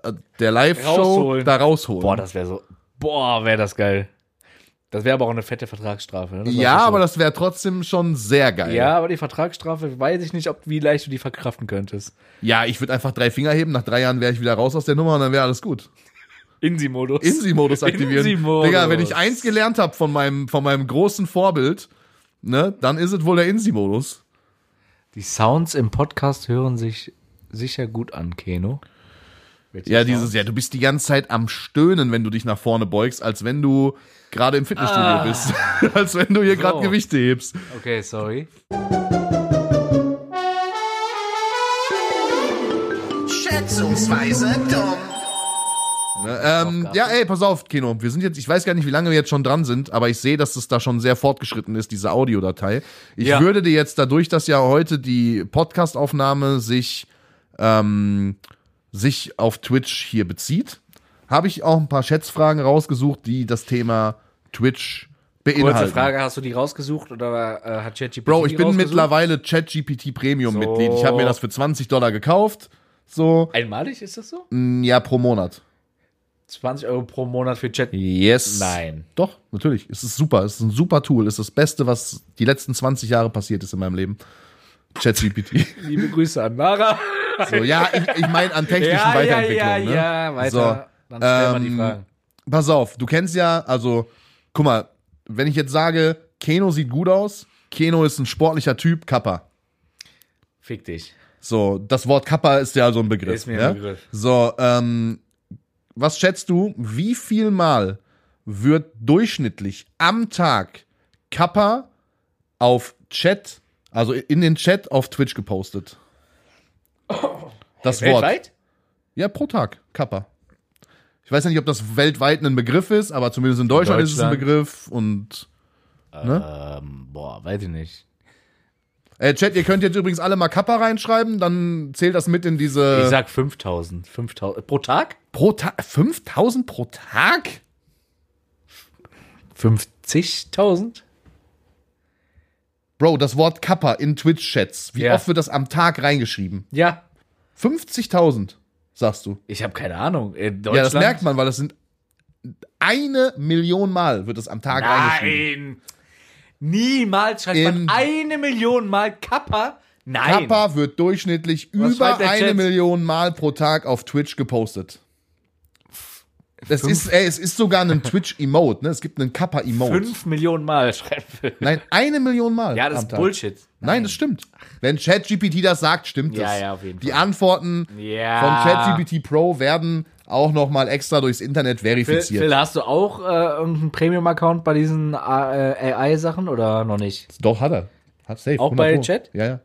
äh, der Live-Show Rausholen. da rausholen. Boah, das wäre so. Boah, wäre das geil. Das wäre aber auch eine fette Vertragsstrafe. Ne? Das war ja, schon so. aber das wäre trotzdem schon sehr geil. Ja, aber die Vertragsstrafe weiß ich nicht, ob wie leicht du die verkraften könntest. ja ich würde einfach drei Finger heben, nach drei Jahren wäre ich wieder raus aus der Nummer und dann wäre alles gut. Insi-Modus. Insi-Modus aktivieren. Insi-Modus. Digga, wenn ich eins gelernt habe von meinem, von meinem großen Vorbild, ne, dann ist es wohl der Insi-Modus. Die Sounds im Podcast hören sich sicher gut an, Keno. Welche Ja, Sounds? dieses, ja, du bist die ganze Zeit am Stöhnen, wenn du dich nach vorne beugst, als wenn du gerade im Fitnessstudio bist. als wenn du hier gerade So. Gewichte hebst. Okay, sorry. Schätzungsweise dumm. Ne? Ähm, ja, ey, pass auf, Keno. Wir sind jetzt, ich weiß gar nicht, wie lange wir jetzt schon dran sind, aber ich sehe, dass es da schon sehr fortgeschritten ist, diese Audiodatei. Ich Ja. würde dir jetzt dadurch, dass ja heute die Podcastaufnahme sich, ähm, sich auf Twitch hier bezieht, habe ich auch ein paar Schätzfragen rausgesucht, die das Thema Twitch beinhalten. Kurze Frage, hast du die rausgesucht oder äh, hat ChatGPT Bro, ich die bin rausgesucht? mittlerweile ChatGPT Premium Mitglied. Ich habe mir So. das für 20 Dollar gekauft. So, Einmalig, ist das so? mm, ja, pro Monat. 20 Euro pro Monat für Chat. Yes. Nein. Doch, natürlich. Es ist super. Es ist ein super Tool. Es ist das Beste, was die letzten 20 Jahre passiert ist in meinem Leben. ChatGPT. Liebe Grüße an Mara. so, ja, ich, ich meine an technischen Weiterentwicklungen. ja, ne? ja, weiter. So, Dann stellen wir die ähm, Fragen. Pass auf, du kennst ja, also, guck mal, wenn ich jetzt sage, Keno sieht gut aus, Keno ist ein sportlicher Typ, Kappa. Fick dich. So, das Wort Kappa ist ja so ein Begriff. Ist mir ein ja? Begriff. So, ähm, was schätzt du, wie viel Mal wird durchschnittlich am Tag Kappa auf Chat, also in den Chat auf Twitch gepostet? Das Wort. Weltweit? Ja, pro Tag, Kappa. Ich weiß ja nicht, ob das weltweit ein Begriff ist, aber zumindest in Deutschland, ist es ein Deutschland. Begriff. Und ne? Ähm, boah, weiß ich nicht. äh, Chat, ihr könnt jetzt übrigens alle mal Kappa reinschreiben, dann zählt das mit in diese. Ich sag 5000. 5000 pro Tag? pro Tag 5000 pro Tag? 50.000? Bro, das Wort Kappa in Twitch-Chats. Wie Ja. oft wird das am Tag reingeschrieben? Ja. 50.000, sagst du. Ich habe keine Ahnung. In Deutschland? Ja, das merkt man, weil das sind eine Million Mal wird das am Tag reingeschrieben. Nein. Niemals schreibt Im- man eine Million Mal Kappa. Nein. Kappa wird durchschnittlich Was über schreibt der eine Chat? Million Mal pro Tag auf Twitch gepostet. Das ist, ey, es ist sogar ein Twitch-Emote, ne? Es gibt einen Kappa-Emote. Fünf Millionen Mal schreibt man. Nein, eine Million Mal. Ja, das am ist Tag. Bullshit. Nein, das stimmt. Wenn ChatGPT das sagt, stimmt Ja, es. ja, auf jeden Die Fall. Antworten Ja. von ChatGPT Pro werden auch nochmal extra durchs Internet Phil, verifiziert. Phil, hast du auch äh, irgendeinen Premium-Account bei diesen äh, AI-Sachen oder noch nicht? Doch, hat er. Hat safe. Auch bei 100 Pro. Chat? Ja, ja.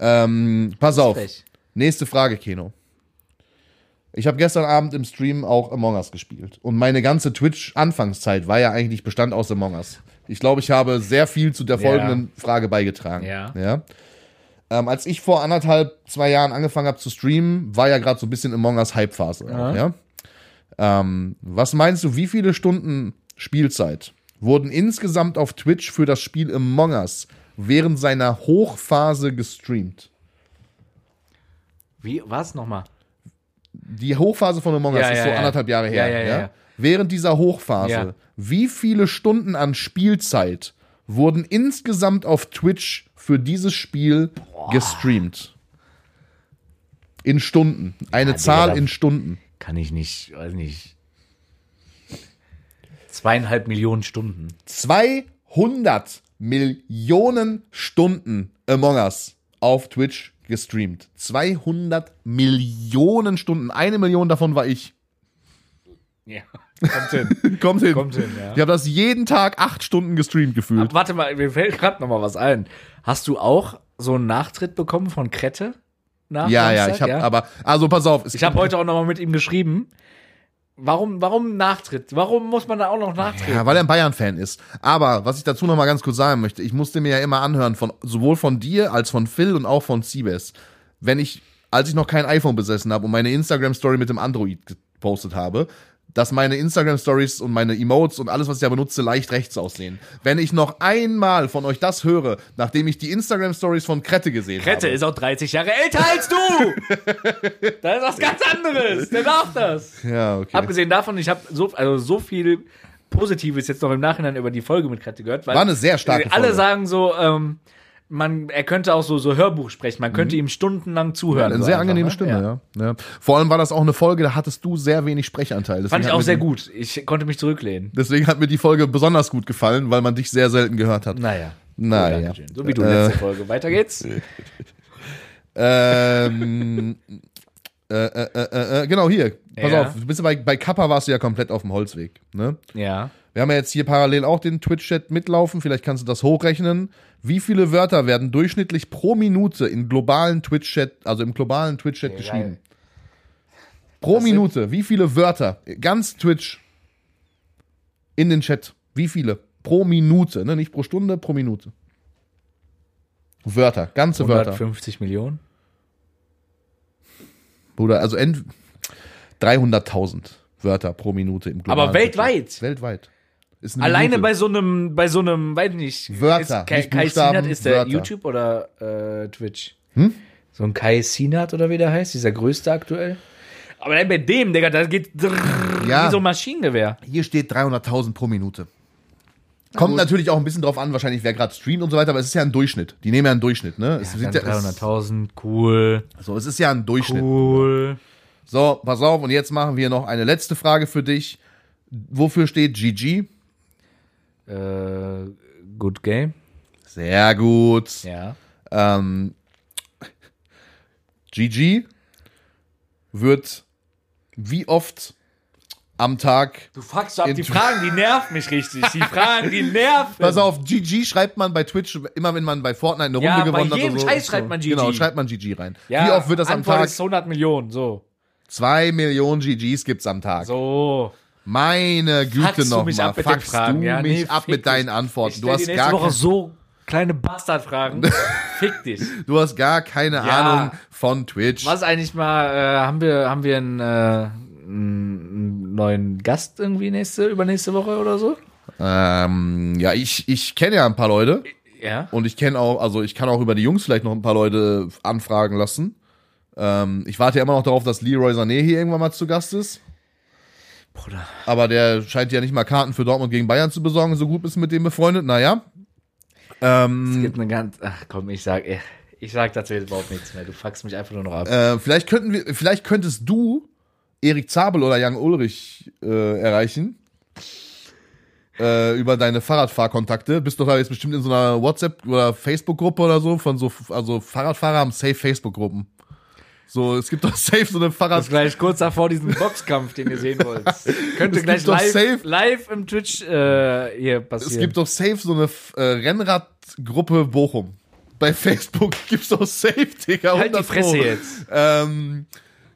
Ähm, pass auf. Frech. Nächste Frage, Keno. Ich habe gestern Abend im Stream auch Among Us gespielt. Und meine ganze Twitch-Anfangszeit war ja eigentlich Bestand aus Among Us. Ich glaube, ich habe sehr viel zu der Ja. folgenden Frage beigetragen. Ja. ja? Ähm, als ich vor anderthalb, zwei Jahren angefangen habe zu streamen, war ja gerade so ein bisschen Among Us Hype-Phase. auch, Ja? Ähm, was meinst du, wie viele Stunden Spielzeit wurden insgesamt auf Twitch für das Spiel Among Us während seiner Hochphase gestreamt? Wie, was nochmal? Die Hochphase von Among Us Ja, ist ja, so ja. anderthalb Jahre her. Ja, Ja, ja, ja, ja. Während dieser Hochphase, Ja. wie viele Stunden an Spielzeit wurden insgesamt auf Twitch für dieses Spiel gestreamt? In Stunden. Eine Digga, da- Zahl in Stunden. Kann ich nicht, weiß nicht. Zweieinhalb Millionen Stunden. 200 Millionen Stunden Among Us auf Twitch gestreamt. 200 Millionen Stunden. Eine Million davon war ich. Ja, kommt hin. Kommt hin. Kommt hin, ja. Ich habe das jeden Tag acht Stunden gestreamt gefühlt. Aber warte mal, mir fällt gerade noch mal was ein. Hast du auch so einen Nachtritt bekommen von Krette? Nach ja, ja, Samstag? ich habe aber, also pass auf. es- Ich habe heute auch noch mal mit ihm geschrieben. Warum, warum Nachtritt? Warum muss man da auch noch nachtreten? Ja, weil er ein Bayern-Fan ist. Aber was ich dazu noch mal ganz kurz sagen möchte, ich musste mir ja immer anhören, von, sowohl von dir als von Phil und auch von Siebes, wenn ich, als ich noch kein iPhone besessen habe und meine Instagram-Story mit dem Android gepostet habe, dass meine Instagram-Stories und meine Emotes und alles, was ich da benutze, leicht rechts aussehen. Wenn ich noch einmal von euch das höre, nachdem ich die Instagram-Stories von Krette gesehen Krette habe. ist auch 30 Jahre älter als du! das ist was ganz anderes. Der darf das. Ja, okay. Abgesehen davon, ich habe so, also so viel Positives jetzt noch im Nachhinein über die Folge mit Krette gehört. Weil War eine sehr starke Alle Folge. sagen so, ähm, man, er könnte auch so, so Hörbuch sprechen. Man könnte ihm stundenlang zuhören. Mhm. Eine so sehr einfach, angenehme ne? Ja. Stimme, ja. ja. Vor allem war das auch eine Folge, da hattest du sehr wenig Sprechanteil. Fand Deswegen ich hat auch mir sehr die- gut. Ich konnte mich zurücklehnen. Deswegen hat mir die Folge besonders gut gefallen, weil man dich sehr selten gehört hat. Naja. Naja. Äh, So, Dankeschön. So wie du letzte Folge. Weiter geht's. Ähm, äh, äh, äh, äh, genau, hier. Pass Ja. auf, du bist ja bei, bei Kappa warst du ja komplett auf dem Holzweg. Ne? Ja. Wir haben ja jetzt hier parallel auch den Twitch-Chat mitlaufen, vielleicht kannst du das hochrechnen. Wie viele Wörter werden durchschnittlich pro Minute in globalen Twitch-Chat, also im globalen Twitch-Chat geschrieben? Pro Minute, wie viele Wörter? Ganz Twitch in den Chat. Wie viele? Pro Minute, ne? Nicht pro Stunde, pro Minute. Wörter, ganze Wörter. 150 Millionen. Bruder, also ent 300.000 Wörter pro Minute im globalen Aber weltweit? Twitch-Chat. Weltweit. Ist eine Alleine Minute. bei so einem, bei so einem, weiß nicht. Wörter, Ist Kai, nicht Kai Buchstaben, Sinat ist der Wörter. Hm? YouTube oder äh, Twitch? So ein Kai Sinat oder wie der heißt, dieser größte aktuell. Aber dann bei dem, Digga, das geht drrrr, Ja. wie so ein Maschinengewehr. Hier steht 300.000 pro Minute. Kommt natürlich auch ein bisschen drauf an, wahrscheinlich wer gerade streamt und so weiter, aber es ist ja ein Durchschnitt. Die nehmen ja einen Durchschnitt, ne? Es, sind ja, es, 300.000, cool, so, es ist ja ein Durchschnitt. cool. So, pass auf, und jetzt machen wir noch eine letzte Frage für dich. Wofür steht GG? Äh, good game. Sehr gut. Ja. Ähm, GG wird wie oft am Tag. Du fuckst ab, In- die Fragen, die nerven mich richtig. Die Fragen, die nerven. Pass auf, GG schreibt man bei Twitch, immer wenn man bei Fortnite eine Runde Ja, bei gewonnen hat. jedem oder so. Scheiß schreibt man GG. Genau, schreibt man GG rein. Ja, wie oft wird das am Antwort Tag? Ist 100 Millionen, so. Zwei Millionen GGs gibt's am Tag. So. Meine Güte Fuckst du mich nochmal. ab mit den Fuckst Fragen, du ja? mich Nee, ab fick mit deinen dich. Antworten. Du stell hast dir gar nächste Woche kein- so kleine Bastardfragen. Fick dich. Du hast gar keine Ja. Ahnung von Twitch. Was eigentlich mal, äh, haben wir, haben wir einen, äh, einen neuen Gast irgendwie nächste, übernächste Woche oder so? Ähm, ja, ich, ich kenne ja ein paar Leute Ja. und ich kenne auch, also ich kann auch über die Jungs vielleicht noch ein paar Leute anfragen lassen. Ähm, ich warte ja immer noch darauf, dass Leroy Sané hier irgendwann mal zu Gast ist. Bruder. Aber der scheint ja nicht mal Karten für Dortmund gegen Bayern zu besorgen, so gut ist mit dem befreundet. Naja. Es Ähm, gibt eine ganz, ach komm, ich sag, ich, ich sag dazu jetzt überhaupt nichts mehr. Du fuckst mich einfach nur noch ab. äh, vielleicht könnten wir, vielleicht könntest du Erik Zabel oder Jan Ulrich äh, erreichen. Äh, über deine Fahrradfahrkontakte. Bist doch da jetzt bestimmt in so einer WhatsApp- oder Facebook-Gruppe oder so, von so, also Fahrradfahrer haben safe Facebook-Gruppen. So, es gibt doch safe so eine Fahrrad- Das ist gleich kurz davor diesen Boxkampf, den ihr sehen wollt. Könnte Es gleich gibt doch safe- live, live im Twitch äh, hier Es passieren. gibt doch safe so eine äh, Rennradgruppe Bochum. bei Facebook gibt's auch safe, Digga. Halt die 100 Fresse Euro. jetzt. Ähm,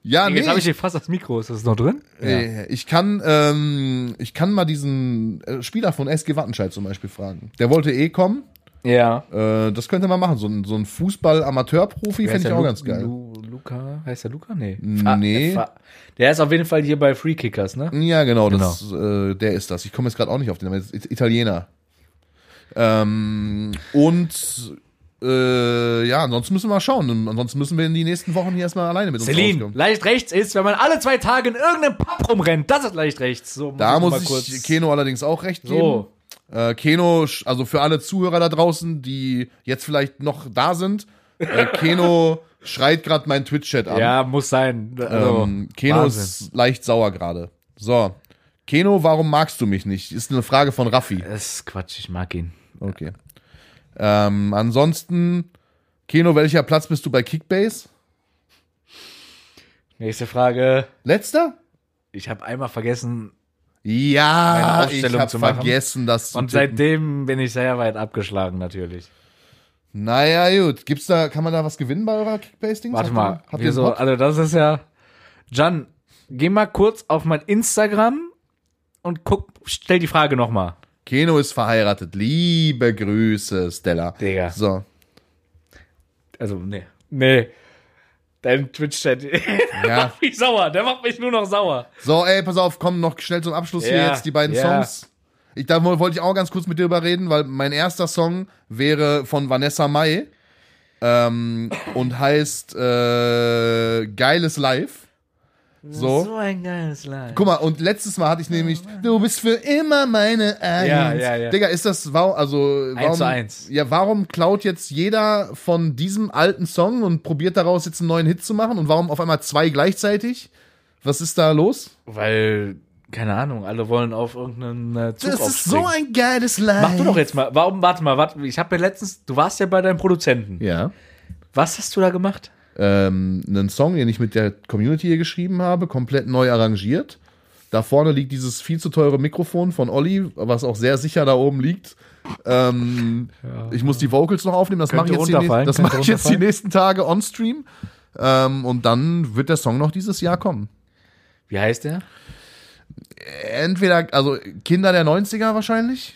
ja, nee, Jetzt habe ich hier fast das Mikro. Ist das noch drin? Nee, Ich kann, ähm, ich kann mal diesen äh, Spieler von SG Wattenscheid zum Beispiel fragen. Der wollte eh kommen. Ja. Äh, das könnte man machen. So ein, so ein Fußball-Amateur-Profi Heißt fände ich der auch Lu- ganz geil. Lu Luca, heißt der Luca? Nee. Nee. Fa- Fa- Der ist auf jeden Fall hier bei Free Kickers, ne? Ja, genau. Das, äh, der ist das. Ich komme jetzt gerade auch nicht auf den Namen. Das ist Italiener. Ähm, und äh, ja, ansonsten müssen wir mal schauen. Ansonsten müssen wir in die nächsten Wochen hier erstmal alleine mit uns Celine, rauskommen. leicht rechts ist, wenn man alle zwei Tage in irgendeinem Pub rumrennt. Das ist leicht rechts. So, Da muss mal ich kurz- Keno allerdings auch recht geben. So. Äh, Keno, sch- also für alle Zuhörer da draußen, die jetzt vielleicht noch da sind, äh, Keno schreit gerade meinen Twitch-Chat an. Ja, muss sein. Also, ähm, Keno Wahnsinn. ist leicht sauer gerade. So. Keno, warum magst du mich nicht? Ist eine Frage von Raffi. Das ist Quatsch, ich mag ihn. Okay. Ähm, ansonsten, Keno, welcher Platz bist du bei Kickbase? Nächste Frage. Letzter? Ich habe einmal vergessen Eine Ja, ich Aufstellung hab zu machen. vergessen, das zu und tippen. seitdem bin ich sehr weit abgeschlagen natürlich. Naja, gut. Gibt's da, kann man da was gewinnen bei eurer Kickbase-Dings? Warte Habt ihr- mal, Habt ihr wieso? so, Also das ist ja Jan, geh mal kurz auf mein Instagram und guck, stell die Frage noch mal. Keno ist verheiratet. Liebe Grüße, Stella. Digga. So. Also nee. Nee. Dein Twitch Chat Ja. macht mich sauer, der macht mich nur noch sauer. So, ey, pass auf, komm, noch schnell zum Abschluss hier Ja, jetzt die beiden ja. Songs. Ich, da woll- wollte ich auch ganz kurz mit dir drüber reden, weil mein erster Song wäre von Vanessa Mai ähm, und heißt äh, Geiles Life. So. ein geiles Live. Guck mal, und letztes Mal hatte ich nämlich, du bist für immer meine Eins. Ja, ja, ja. Digga, ist das, wow, also, warum, zu eins. Ja, warum klaut jetzt jeder von diesem alten Song und probiert daraus jetzt einen neuen Hit zu machen? Und warum auf einmal zwei gleichzeitig? Was ist da los? Weil keine Ahnung, alle wollen auf irgendeinen äh, Zug Das ist aufspringen. so ein geiles Live. Mach du doch jetzt mal. Warum, warte mal, warte. Ich habe ja letztens, du warst ja bei deinem Produzenten. Ja. Was hast du da gemacht? Ähm, einen Song, den ich mit der Community hier geschrieben habe, komplett neu arrangiert. Da vorne liegt dieses viel zu teure Mikrofon von Olli, was auch sehr sicher da oben liegt. Ähm, Ich muss die Vocals noch aufnehmen. Das mache Könnte ich, jetzt die, nächsten- runterfallen, das könnte mache ich jetzt die runterfallen. nächsten Tage on Stream. Ähm, und dann wird der Song noch dieses Jahr kommen. Wie heißt der? Entweder, also Kinder der 90er wahrscheinlich.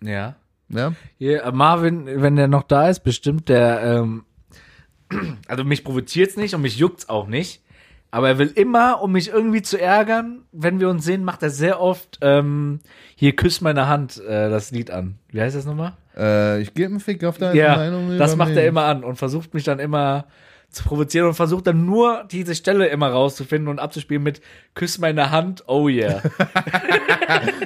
ne? Ja. Ja. Hier, äh, Marvin, wenn der noch da ist, bestimmt der. Ähm, also mich provoziert's nicht und mich juckt's auch nicht. Aber er will immer, um mich irgendwie zu ärgern, wenn wir uns sehen, macht er sehr oft ähm, hier küsst meine Hand äh, das Lied an. Wie heißt das nochmal? Äh, ich gebe einen Fick auf deine Ja, Meinung. das über macht er mich. immer an und versucht mich dann immer zu provozieren und versucht dann nur diese Stelle immer rauszufinden und abzuspielen mit Küss meine Hand, oh yeah.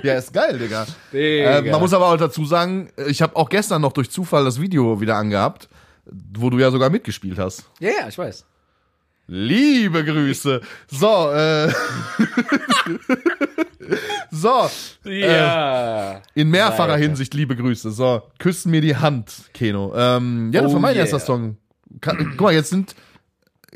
Ja, ist geil, Digga. Digga. Äh, man muss aber auch dazu sagen, ich habe auch gestern noch durch Zufall das Video wieder angehabt, wo du ja sogar mitgespielt hast. ja, ja, ich weiß. Liebe Grüße. So, äh. so, Ja. in mehrfacher Weiter. Hinsicht liebe Grüße. So, küssen mir die Hand, Keno. Ähm, ja, das Oh war mein yeah. erster Song. Kann, guck mal, jetzt sind.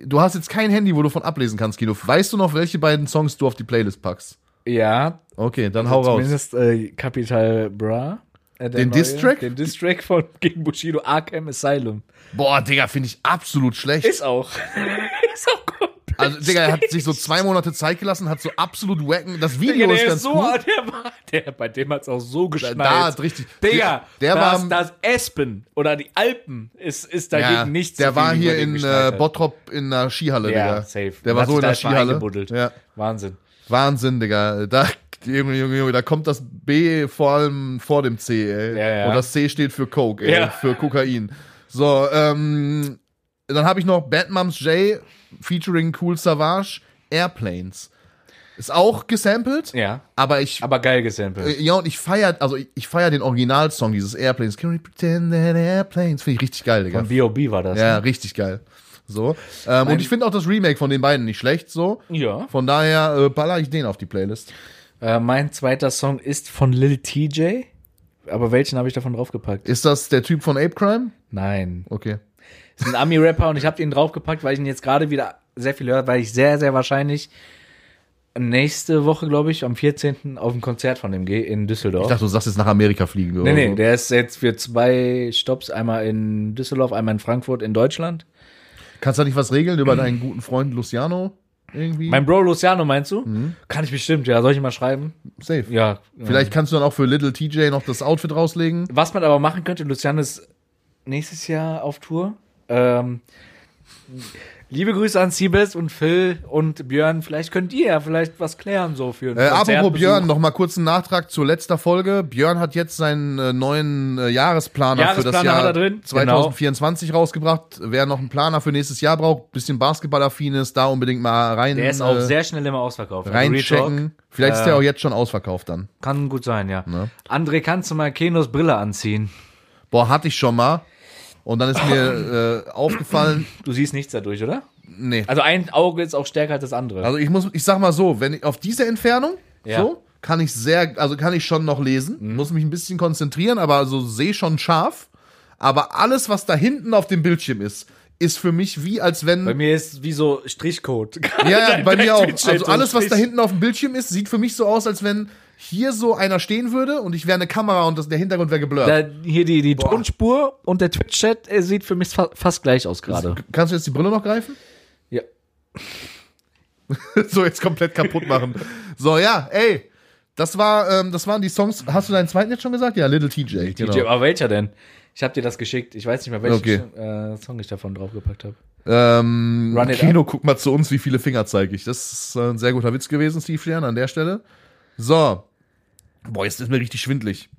Du hast jetzt kein Handy, wo du von ablesen kannst, Kino. Weißt du noch, welche beiden Songs du auf die Playlist packst? ja, Okay, dann hau raus. zumindest äh, Capital Bra. äh, der Den neue, Diss-Track? Den Distrack von gegen Bushido Arkham Asylum. Boah, Digga, finde ich absolut schlecht. Ist auch. ist auch gut. Also, Digga, er hat sich so zwei Monate Zeit gelassen, hat so absolut wacken. Das Video Digga, der ist ist ganz so, gut. der war, der, bei dem hat's auch so Da, geschneit. da hat richtig. Digga, der, der das, war. das Espen oder die Alpen ist, ist dagegen ja, nichts. der war hier in äh, Bottrop. Bottrop in einer Skihalle, halt. Ja, Digga. safe. Der war Hat so sich in da der erstmal Skihalle. eingebuddelt. Ja. Wahnsinn. Wahnsinn, Digga. Da, Junge, Junge, Junge, da kommt das B vor allem vor dem C, ey. Ja, ja. Und das C steht für Coke, ey, Ja. für Kokain. So, ähm, dann habe ich noch Bad Moms J featuring Cool Savage, Airplanes. Ist auch gesampelt, Ja, aber ich aber geil gesampelt. Äh, Ja, und ich feier, also ich, ich feier den Originalsong dieses Airplanes. Can we pretend that Airplanes? Finde ich richtig geil, Digga. Von B.O.B. war das. Ja, richtig geil. So. Ähm, und ich finde auch das Remake von den beiden nicht schlecht, so. ne? Ja. Von daher äh, baller ich den auf die Playlist. Äh, mein zweiter Song ist von Lil TJ. Aber welchen habe ich davon draufgepackt? Ist das der Typ von Ape Crime? Nein. Okay. Ist ein Ami-Rapper und ich habe ihn draufgepackt, weil ich ihn jetzt gerade wieder sehr viel höre, weil ich sehr, sehr wahrscheinlich nächste Woche, glaube ich, am 14. auf ein Konzert von dem G in Düsseldorf. Ich dachte, du sagst jetzt nach Amerika fliegen. nee, oder nee, so. der ist jetzt für zwei Stops, einmal in Düsseldorf, einmal in Frankfurt, in Deutschland. Kannst du da nicht was regeln über deinen guten Freund Luciano? Irgendwie? Mein Bro Luciano, meinst du? Mhm. Kann ich bestimmt, ja. Soll ich ihn mal schreiben? Safe. Ja. Vielleicht kannst du dann auch für Little TJ noch das Outfit rauslegen. Was man aber machen könnte, Luciano ist nächstes Jahr auf Tour. Ähm, liebe Grüße an Siebes und Phil und Björn. Vielleicht könnt ihr ja vielleicht was klären so für ein Äh, apropos Konzertbesuch. Björn, noch mal kurz einen Nachtrag zur letzter Folge. Björn hat jetzt seinen äh, neuen äh, Jahresplaner, für das Jahresplaner Jahr hat er drin, genau. 2024 rausgebracht. Wer noch einen Planer für nächstes Jahr braucht, bisschen basketballaffin ist, da unbedingt mal rein Der ist auch äh, sehr schnell immer ausverkauft. Also Real reinchecken. Talk Äh. Vielleicht ist der auch jetzt schon ausverkauft dann. Kann gut sein, ja. Ne. André, kannst du mal Kenos Brille anziehen? Boah, hatte ich schon mal. Und dann ist mir äh, aufgefallen, Du siehst nichts dadurch, oder? nee. Also ein Auge ist auch stärker als das andere. Also ich muss, ich sag mal so, wenn ich auf diese Entfernung, Ja. Mhm. so, kann ich sehr, also kann ich schon noch lesen, muss mich ein bisschen konzentrieren, aber so sehe schon scharf. Aber alles, was da hinten auf dem Bildschirm ist, ist für mich wie als wenn. Bei mir ist wie so Strichcode. ja, ja, bei mir auch. Twitch-Chat Also alles, was und da Strich- hinten auf dem Bildschirm ist, sieht für mich so aus, als wenn hier so einer stehen würde und ich wäre eine Kamera und das, der Hintergrund wäre geblurrt. Da, hier die, die Tonspur und der Twitch-Chat äh, sieht für mich fa fast gleich aus gerade. Kannst du jetzt die Brille noch greifen? Ne? Ja. so jetzt komplett kaputt machen. So, ja, ey. Das war, ähm, das waren die Songs. Hast du deinen zweiten jetzt schon gesagt? Ja, Little TJ. genau. DJ, aber welcher denn? Ich habe dir das geschickt. Ich weiß nicht mehr, welchen Okay. äh, Song ich davon draufgepackt habe. Ähm, Run it Keno, guck mal zu uns, wie viele Finger zeige ich. Das ist äh, ein sehr guter Witz gewesen, Steve Stern, an der Stelle. So. Boah, jetzt ist mir richtig schwindlig.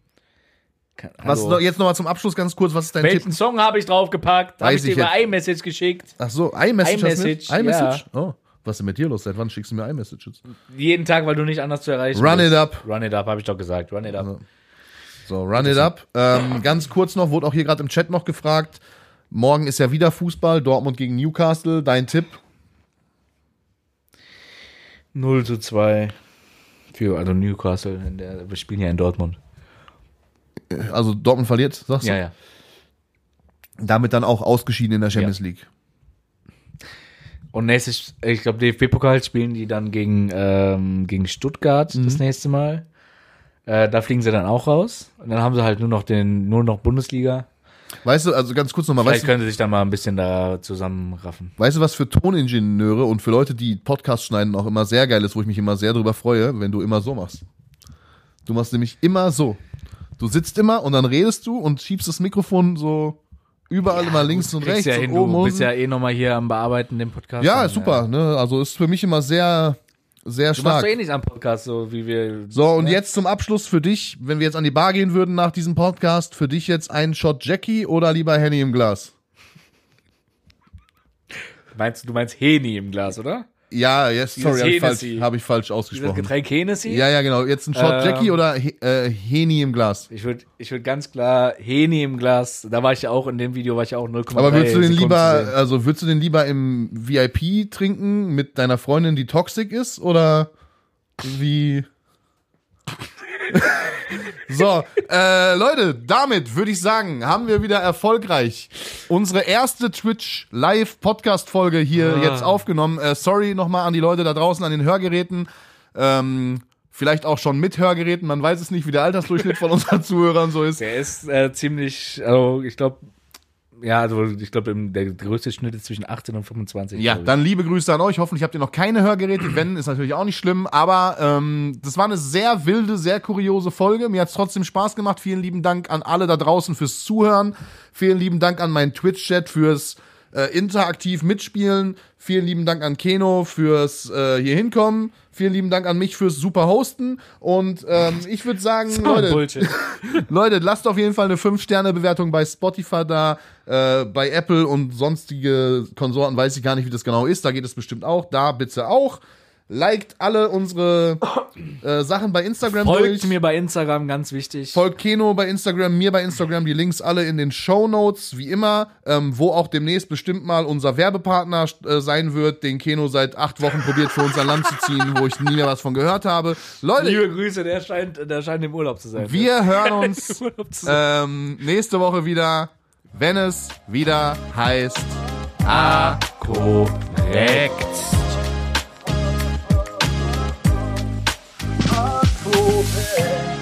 Keine- Was ist Hallo. noch, jetzt nochmal zum Abschluss ganz kurz, was ist dein welchen Tipp? Song habe ich draufgepackt? Habe Weiß ich dir ich über jetzt. iMessage geschickt? Ach so, iMessage. hast du mit? iMessage, iMessage? Oh, was ist denn mit dir los? Seit wann schickst du mir iMessages? Jeden Tag, weil du nicht anders zu erreichen Run bist. it up. Also Run it up, habe ich doch gesagt. Run it up. So, run it up. Ähm, ganz kurz noch, wurde auch hier gerade im Chat noch gefragt. Morgen ist ja wieder Fußball, Dortmund gegen Newcastle. Dein Tipp? 0 zu 2 für also Newcastle. In der, wir spielen ja in Dortmund. Also Dortmund verliert, sagst du? Ja, ja. Damit dann auch ausgeschieden in der Champions League. Und nächstes, ich glaube, DFB-Pokal spielen die dann gegen, ähm, gegen Stuttgart Mhm. das nächste Mal. Äh, da fliegen sie dann auch raus. Und dann haben sie halt nur noch den, nur noch Bundesliga. Weißt du, also ganz kurz nochmal, Vielleicht weißt du, können sie sich dann mal ein bisschen da zusammenraffen. weißt du, was für Toningenieure und für Leute, die Podcasts schneiden, auch immer sehr geil ist, wo ich mich immer sehr drüber freue, wenn du immer so machst. Du machst nämlich immer so. Du sitzt immer und dann redest du und schiebst das Mikrofon so überall immer links und rechts Kriegst ja und hin, oben du bist unten. ja eh nochmal hier am Bearbeiten, den Podcast. Ja, Und, ist super. Ne? Also ist für mich immer sehr, sehr Du machst stark. doch eh nichts am Podcast, so wie wir. ne? So, und jetzt zum Abschluss für dich, wenn wir jetzt an die Bar gehen würden nach diesem Podcast, für dich jetzt einen Shot Jackie oder lieber Henny im Glas? Meinst, du- du meinst Heni im Glas, oder? Ja, yes, Dieses sorry, habe ich, Hennessy. falsch- hab ich falsch Dieses ausgesprochen. Getränk Hennessy? Ja, ja, genau. Jetzt ein Shot Ähm. Jackie oder He äh, Heni im Glas. Ich würde ich würd ganz klar Heni im Glas. Da war ich ja auch, in dem Video war ich ja auch 0,3 Aber würdest du den Sekunden lieber, zu sehen. also würdest du den lieber im VIP trinken mit deiner Freundin, die toxic ist, oder wie? so, äh, Leute, damit würde ich sagen, haben wir wieder erfolgreich unsere erste Twitch Live Podcast Folge hier Ah. jetzt aufgenommen. Äh, sorry nochmal an die Leute da draußen an den Hörgeräten. Ähm, Vielleicht auch schon mit Hörgeräten, man weiß es nicht, wie der Altersdurchschnitt von unseren Zuhörern so ist. Der ist äh, ziemlich, also ich glaube, ja, also ich glaube, der größte Schnitt ist zwischen 18 und 25. Ja, glaub ich. dann liebe Grüße an euch. Hoffentlich habt ihr noch keine Hörgeräte. Wenn, ist natürlich auch nicht schlimm. Aber ähm, das war eine sehr wilde, sehr kuriose Folge. Mir hat's trotzdem Spaß gemacht. Vielen lieben Dank an alle da draußen fürs Zuhören. Vielen lieben Dank an meinen Twitch-Chat fürs äh, interaktiv mitspielen. Vielen lieben Dank an Keno fürs äh, hier hinkommen. Vielen lieben Dank an mich fürs super Hosten. Und ähm, ich würde sagen, Oh, Leute, Bullshit. Leute, lasst auf jeden Fall eine 5-Sterne-Bewertung bei Spotify da, äh, bei Apple und sonstige Konsorten, weiß ich gar nicht, wie das genau ist. Da geht es bestimmt auch. Da bitte auch. Liked alle unsere äh, Sachen bei Instagram Folgt durch. mir bei Instagram, ganz wichtig. Folgt Keno bei Instagram, mir bei Instagram, die Links alle in den Show Notes, wie immer, ähm, wo auch demnächst bestimmt mal unser Werbepartner äh, sein wird, den Keno seit acht Wochen probiert für uns an Land zu ziehen, wo ich nie mehr was von gehört habe. Leute, Liebe Grüße, der scheint, der scheint im Urlaub zu sein. wir hören uns Im Urlaub zu sein. ähm, nächste Woche wieder, wenn es wieder heißt. korrekt. oben.